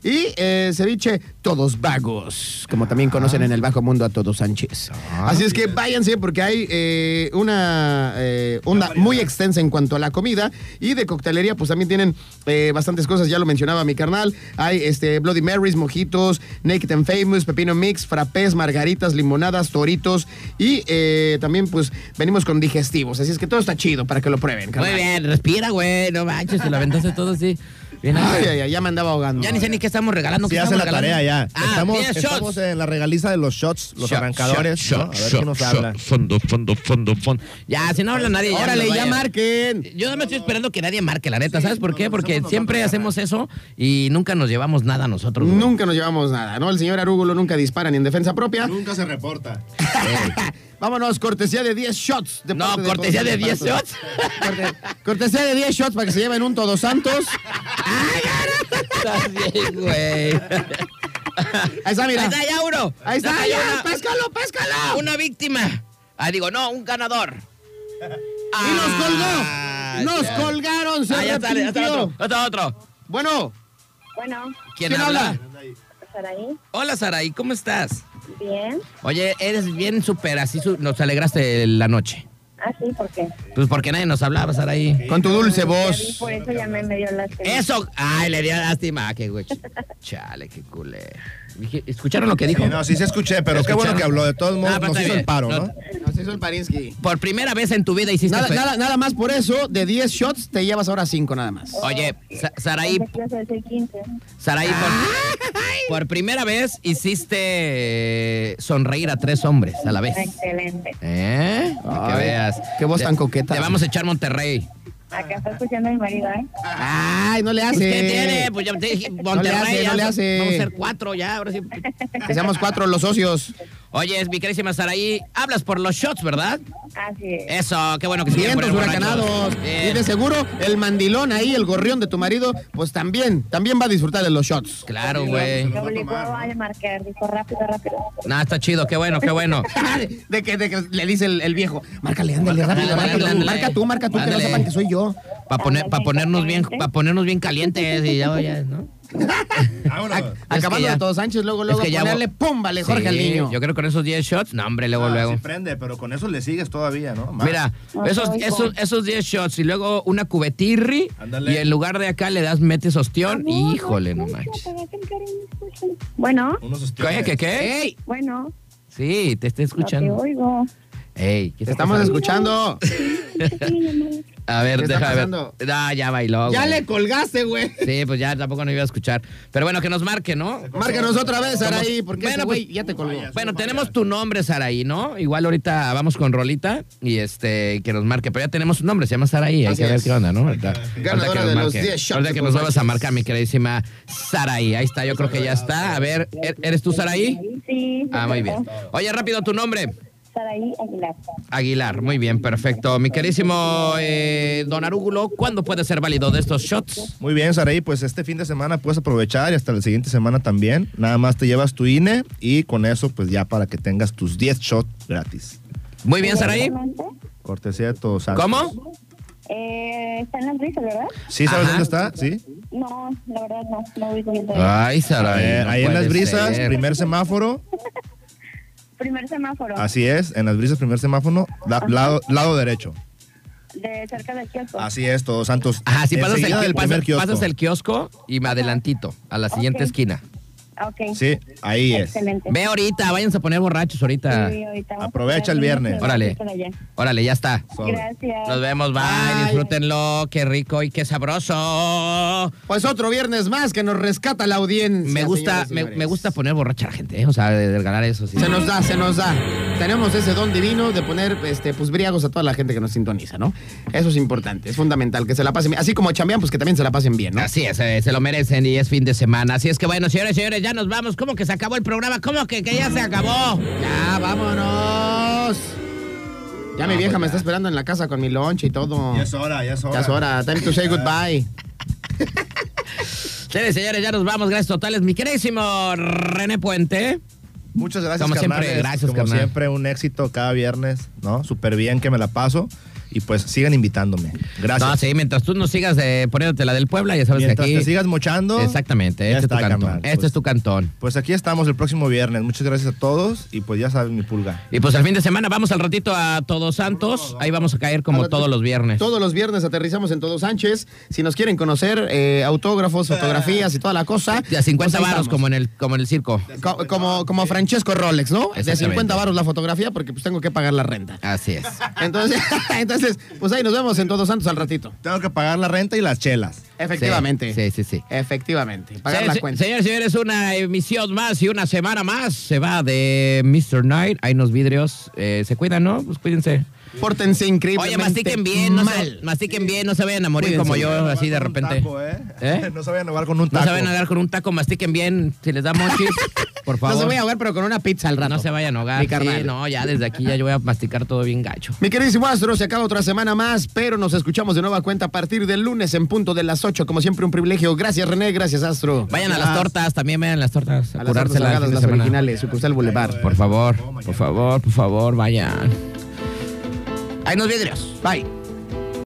S3: Y eh, ceviche, todos vagos, como también conocen en el bajo mundo a todos Sánchez. Así es que váyanse porque hay eh, una eh, onda muy extensa en cuanto a la comida y de coctelería, pues también tienen eh, bastantes cosas, ya lo mencionaba mi carnal, hay este Bloody Marys, mojitos, Naked and Famous, pepino mix, frappés, margaritas, limonadas, toritos y eh, también pues venimos con digestivos, así es que todo está chido para que lo prueben.
S1: Muy
S3: carnal.
S1: bien. Respira, güey. No manches, te lo aventaste todo así. Bien,
S3: Ay, ay, ay, ya me andaba ahogando.
S1: Ya ni sé ni qué estamos regalando.
S4: Sí,
S1: ¿qué
S4: hace
S1: estamos
S4: la tarea ya.
S1: regalando? Ah,
S4: estamos,
S1: bien, shots.
S4: estamos en la regaliza de los shots, los
S1: Shot,
S4: arrancadores.
S1: shot,
S4: ¿no?
S1: shot,
S4: a ver
S1: shot,
S4: qué nos
S1: shot.
S4: habla.
S1: Fondo, fondo, fondo, fondo. Ya, si no habla nadie.
S3: Órale,
S1: nos
S3: ya
S1: vayan.
S3: marquen.
S1: Yo no me estoy esperando que nadie marque, la neta. ¿Sabes por qué? Porque siempre hacemos eso y nunca nos llevamos nada nosotros. güey.
S3: Nunca nos llevamos nada, ¿no? El señor Arúgulo nunca dispara ni en defensa propia.
S4: Nunca se reporta.
S3: Vámonos, cortesía de 10 shots. de
S1: No,
S3: parte de
S1: cortesía
S3: todos
S1: de 10
S3: los
S1: shots.
S3: Corte- cortesía de 10 shots para que se lleven un Todos Santos.
S1: Estás bien, güey.
S3: Ahí está,
S1: Ahí
S3: mira.
S1: está, ya uno.
S3: Ahí está,
S1: Ahí
S3: ya, pues.
S1: una-
S3: péscalo, péscalo.
S1: Una víctima. Ah, digo, no, un ganador.
S3: Y nos colgó.
S1: Ah,
S3: Nos
S1: ya.
S3: colgaron, se
S1: Ah, ya está, ya está
S3: arrepintió.
S1: otro. Otro, otro.
S3: Bueno,
S5: Bueno,
S1: ¿Quién,
S3: ¿Quién
S1: habla?
S3: habla?
S5: Saraí,
S1: Hola, Saraí, ¿cómo estás?
S5: bien.
S1: Oye, eres bien súper así, su- nos alegraste la noche.
S5: Ah, sí, ¿por qué?
S1: Pues porque nadie nos hablaba, Saraí.
S3: con tu dulce
S5: Ya vi,
S3: voz.
S5: por eso ya me dio lástima.
S1: Pues, Eso, ay, le dio lástima, qué güey. Chale, qué culé. Dije, ¿Escucharon lo que dijo?
S4: Sí, no, sí se escuché, pero qué bueno
S1: ¿Escucharon?
S4: que habló. De todos modos,
S1: Ah, pero
S4: nos
S1: está
S4: hizo
S1: bien.
S4: el paro, ¿no?
S3: Nos hizo el Parinsky.
S1: Por primera vez en tu vida hiciste
S3: Nada,
S1: fe-
S3: nada, nada más por eso, de 10 shots te llevas ahora 5 nada más.
S1: Oye, Sa- Saraí,
S5: Pensé que ibas a decir 15.
S1: Saraí, por, por primera vez hiciste eh, sonreír a tres hombres a la vez.
S5: Excelente.
S1: ¿Eh? Para que
S3: Ay,
S1: veas.
S3: qué voz
S1: Te-
S3: tan coqueta.
S1: Te vamos a echar Monterrey.
S5: Acá está escuchando a mi marido, ¿eh?
S3: Ay, no le hace.
S1: ¿Qué tiene? Pues ya te dije, Monterrey.
S3: hace,
S1: ya
S3: no le
S1: vamos-
S3: hace.
S1: Vamos a ser cuatro ya, ahora sí.
S3: Que seamos cuatro los socios.
S1: Oye, es mi querísima Saraí, hablas por los shots, ¿verdad?
S5: Así es.
S1: Eso, qué bueno que se quieren
S3: Vientos
S1: poner
S3: huracanados.
S1: borrachos.
S3: Y
S1: Bien.
S3: de seguro, el mandilón ahí, el gorrión de tu marido, pues también, también va a disfrutar de los shots.
S1: Claro, güey.
S5: Me obligó a marcar, dijo rápido, rápido.
S1: Nada, está chido, qué bueno, qué bueno.
S3: De que, de que le dice el, el viejo, márcale, ándale, rápido,
S1: Ándale,
S3: rápido,
S1: ándale.
S3: marca tú, marca tú, que no
S1: Ándale.
S3: sepan que soy yo.
S1: Para poner, pa ponernos bien, pa ponernos bien calientes y ya, ya, ¿no?
S4: Vámonos.
S1: Es que
S3: Acabando
S1: ya-
S3: de todo Sánchez, luego, luego,
S1: ya
S3: ponerle
S1: vo-
S3: púmbale Jorge
S1: Sí,
S3: al niño.
S1: Yo creo que con esos 10 shots, no, hombre, luego,
S4: Ah,
S1: luego.
S4: sí prende, pero con eso le sigues todavía, ¿no? Más.
S1: Mira,
S5: Ay,
S1: esos,
S5: ay,
S1: esos,
S5: ay.
S1: esos 10 shots y luego una cubetirri.
S4: Ándale.
S1: Y en lugar de acá le das metes ostión.
S5: Amor,
S1: Híjole, no
S5: escucha,
S1: manches.
S5: apagate el carro, no escucha. Bueno,
S4: Unos
S1: ¿Qué,
S4: ostiones.
S1: qué, qué?
S3: ¡Ey!
S5: bueno,
S1: Sí, te estoy
S5: no te
S1: escuchando.
S5: oigo.
S1: Ey, ¿qué
S3: Te
S1: está
S3: estamos
S1: pasando?
S3: escuchando.
S5: Escucha mi llamada.
S1: A ver,
S3: ¿Qué está
S1: déjame
S3: pasando?
S1: ver. Ah, ya bailó.
S3: ya
S1: güey.
S3: le colgaste, güey.
S1: Sí, pues ya tampoco no iba a escuchar. Pero bueno, que nos marque, ¿no?
S3: Márcanos otra vez, Araí, porque
S1: Bueno,
S3: ese güey
S1: pues-
S3: ya te colgó.
S4: Vaya.
S1: Bueno, tenemos tu nombre, Saraí, ¿no? Igual ahorita vamos con Rolita y este que nos marque, pero ya tenemos un nombre, se llama Saraí, hay
S3: Así
S1: que ver
S3: es.
S1: qué onda, ¿no? Ahorita,
S3: Ganadora
S1: ahorita que nos
S3: de los
S1: marque.
S3: 10 shots
S1: Ahorita
S3: de
S1: que nos vuelvas a
S3: borrachos.
S1: marcar, mi queridísima Saraí. Ahí está, yo creo que ya está. A ver, ¿er- ¿eres tú Saraí?
S5: Sí.
S1: Ah, muy bien. Oye, rápido tu nombre.
S5: Saraí Aguilar.
S1: Aguilar, muy bien, perfecto. Mi queridísimo eh, Don Arúgulo, ¿cuándo puede ser válido de estos shots?
S4: Muy bien, Saraí, pues este fin de semana puedes aprovechar y hasta la siguiente semana también. Nada más te llevas tu INE y con eso, pues ya para que tengas tus 10 shots gratis.
S1: Muy bien, Saraí.
S4: Cortesía de todos. Santos.
S1: ¿Cómo?
S5: Eh, está en las risas, ¿verdad?
S4: ¿Sí sabes
S1: Ajá.
S4: dónde está? Sí.
S5: No, la verdad no, no ubico bien todavía.
S1: Ay, Saraí.
S4: Eh,
S1: no
S4: ahí en
S1: puede
S4: las brisas,
S1: ser.
S4: primer semáforo.
S5: Primer semáforo.
S4: Así es, en las brisas, primer semáforo, la- lado, lado derecho.
S5: De cerca del kiosco.
S4: Así es, todos santos.
S1: Ajá, si pasas el,
S4: Enseguida del
S1: pasas,
S4: primer kiosco.
S1: pasas el kiosco y me adelantito a la siguiente
S5: Ok.
S1: esquina.
S5: Ok.
S4: Sí, ahí es.
S5: Excelente.
S1: Ve ahorita, váyanse a poner borrachos ahorita.
S5: Sí, ahorita vamos a
S4: Aprovecha
S5: estar
S4: el viernes.
S5: bien,
S1: Órale.
S5: por allá.
S1: Órale, ya está.
S4: Sobre.
S5: Gracias.
S1: Nos vemos, bye.
S3: Bye.
S1: Disfrútenlo, qué rico y qué sabroso.
S3: Pues otro viernes más que nos rescata la audiencia.
S1: Me gusta,
S3: señoras y
S1: me,
S3: señores.
S1: me gusta poner borracha a la gente, ¿eh? o sea, de, de ganar eso. Sí.
S3: Se nos da, se nos da. Tenemos ese don divino de poner este, pues briagos a toda la gente que nos sintoniza, ¿no? Eso es importante, es fundamental, que se la pasen bien. Así como chambean, pues que también se la pasen bien, ¿no?
S1: Así es, eh, se lo merecen y es fin de semana. Así es que bueno, señores, señores, ya nos vamos. ¿Cómo que se acabó el programa? ¿Cómo que, que ya se acabó?
S3: Ya, vámonos. Ya mi
S1: No,
S3: vieja
S1: pues
S3: me
S1: ya.
S3: está esperando en la casa con mi lonche y todo.
S4: Ya es hora, ya es hora.
S3: Ya es hora, time to say goodbye.
S1: Señores, señores, ya nos vamos. Gracias totales. Mi queridísimo René Puente.
S4: Muchas gracias,
S1: Como siempre,
S4: carnales.
S1: gracias,
S4: Como
S1: carnal.
S4: siempre, un éxito cada viernes, ¿no? Súper bien que me la paso. Y pues sigan invitándome. Gracias.
S1: No, sí, mientras tú no sigas eh, poniéndote la del Puebla, ya sabes
S4: Mientras
S1: que aquí.
S4: te sigas mochando.
S1: Exactamente,
S4: ya
S1: este es tu
S4: está,
S1: cantón.
S4: carnal.
S1: este
S4: Pues-
S1: es tu cantón.
S4: Pues aquí estamos el próximo viernes. Muchas gracias a todos. Y pues ya saben, mi pulga.
S1: Y pues el fin de semana vamos al ratito a Todos Santos. Ahí vamos a caer como
S3: Ahora,
S1: todos los viernes.
S3: Todos los viernes aterrizamos en Todo Sánchez. Si nos quieren conocer, eh, autógrafos, fotografías y toda la cosa.
S1: De a 50
S3: pues ahí
S1: varos
S3: estamos.
S1: como en el como en el circo.
S3: Co- como, como Francesco Rolex, ¿no? De
S1: Exactamente.
S3: 50 varos la fotografía porque pues tengo que pagar la renta.
S1: Así es.
S3: Entonces, entonces pues ahí nos vemos en Todos Santos al ratito.
S4: Tengo que pagar la renta y las chelas.
S3: Efectivamente.
S1: Sí, sí, sí.
S3: Efectivamente. Pagar
S1: Se-
S3: la
S1: se-
S3: cuenta.
S1: Señores, señores, una emisión más y una semana más se va de Mr. Night. Hay unos vidrios. Eh, se cuidan, ¿no? Pues cuídense.
S3: Pórtense increíblemente
S1: Oye, mastiquen bien, no se,
S3: mal.
S1: mastiquen bien, no se vayan a morir
S3: Cuídense.
S1: como
S4: No
S1: yo,
S4: vayan a
S1: así de
S4: ahogar con un
S1: repente.
S4: taco, ¿eh?
S1: ¿Eh?
S4: No se vayan a ahogar con un
S1: No
S4: taco.
S1: se vayan a dar con un taco, mastiquen bien. Si les da monchis, por favor.
S3: No se voy a ahogar, pero con una pizza al rato.
S1: No se vayan a ahogar.
S3: Mi carnal.
S1: Sí, no, ya desde aquí ya yo voy a masticar todo bien gacho.
S3: Mi queridísimo Astro, se acaba otra semana más, pero nos escuchamos de nueva cuenta a partir del lunes en punto de las 8. Como siempre, un privilegio. Gracias, René. Gracias, Astro.
S1: Vayan a las tortas, también vayan a las tortas. A,
S3: Ah. A las tortas
S1: curárselas el
S3: ahogadas,
S1: fin de
S3: las
S1: semana.
S3: originales, sucursal Boulevard.
S1: Por favor, por favor, por favor, vayan. Hay unos vidrios. Bye.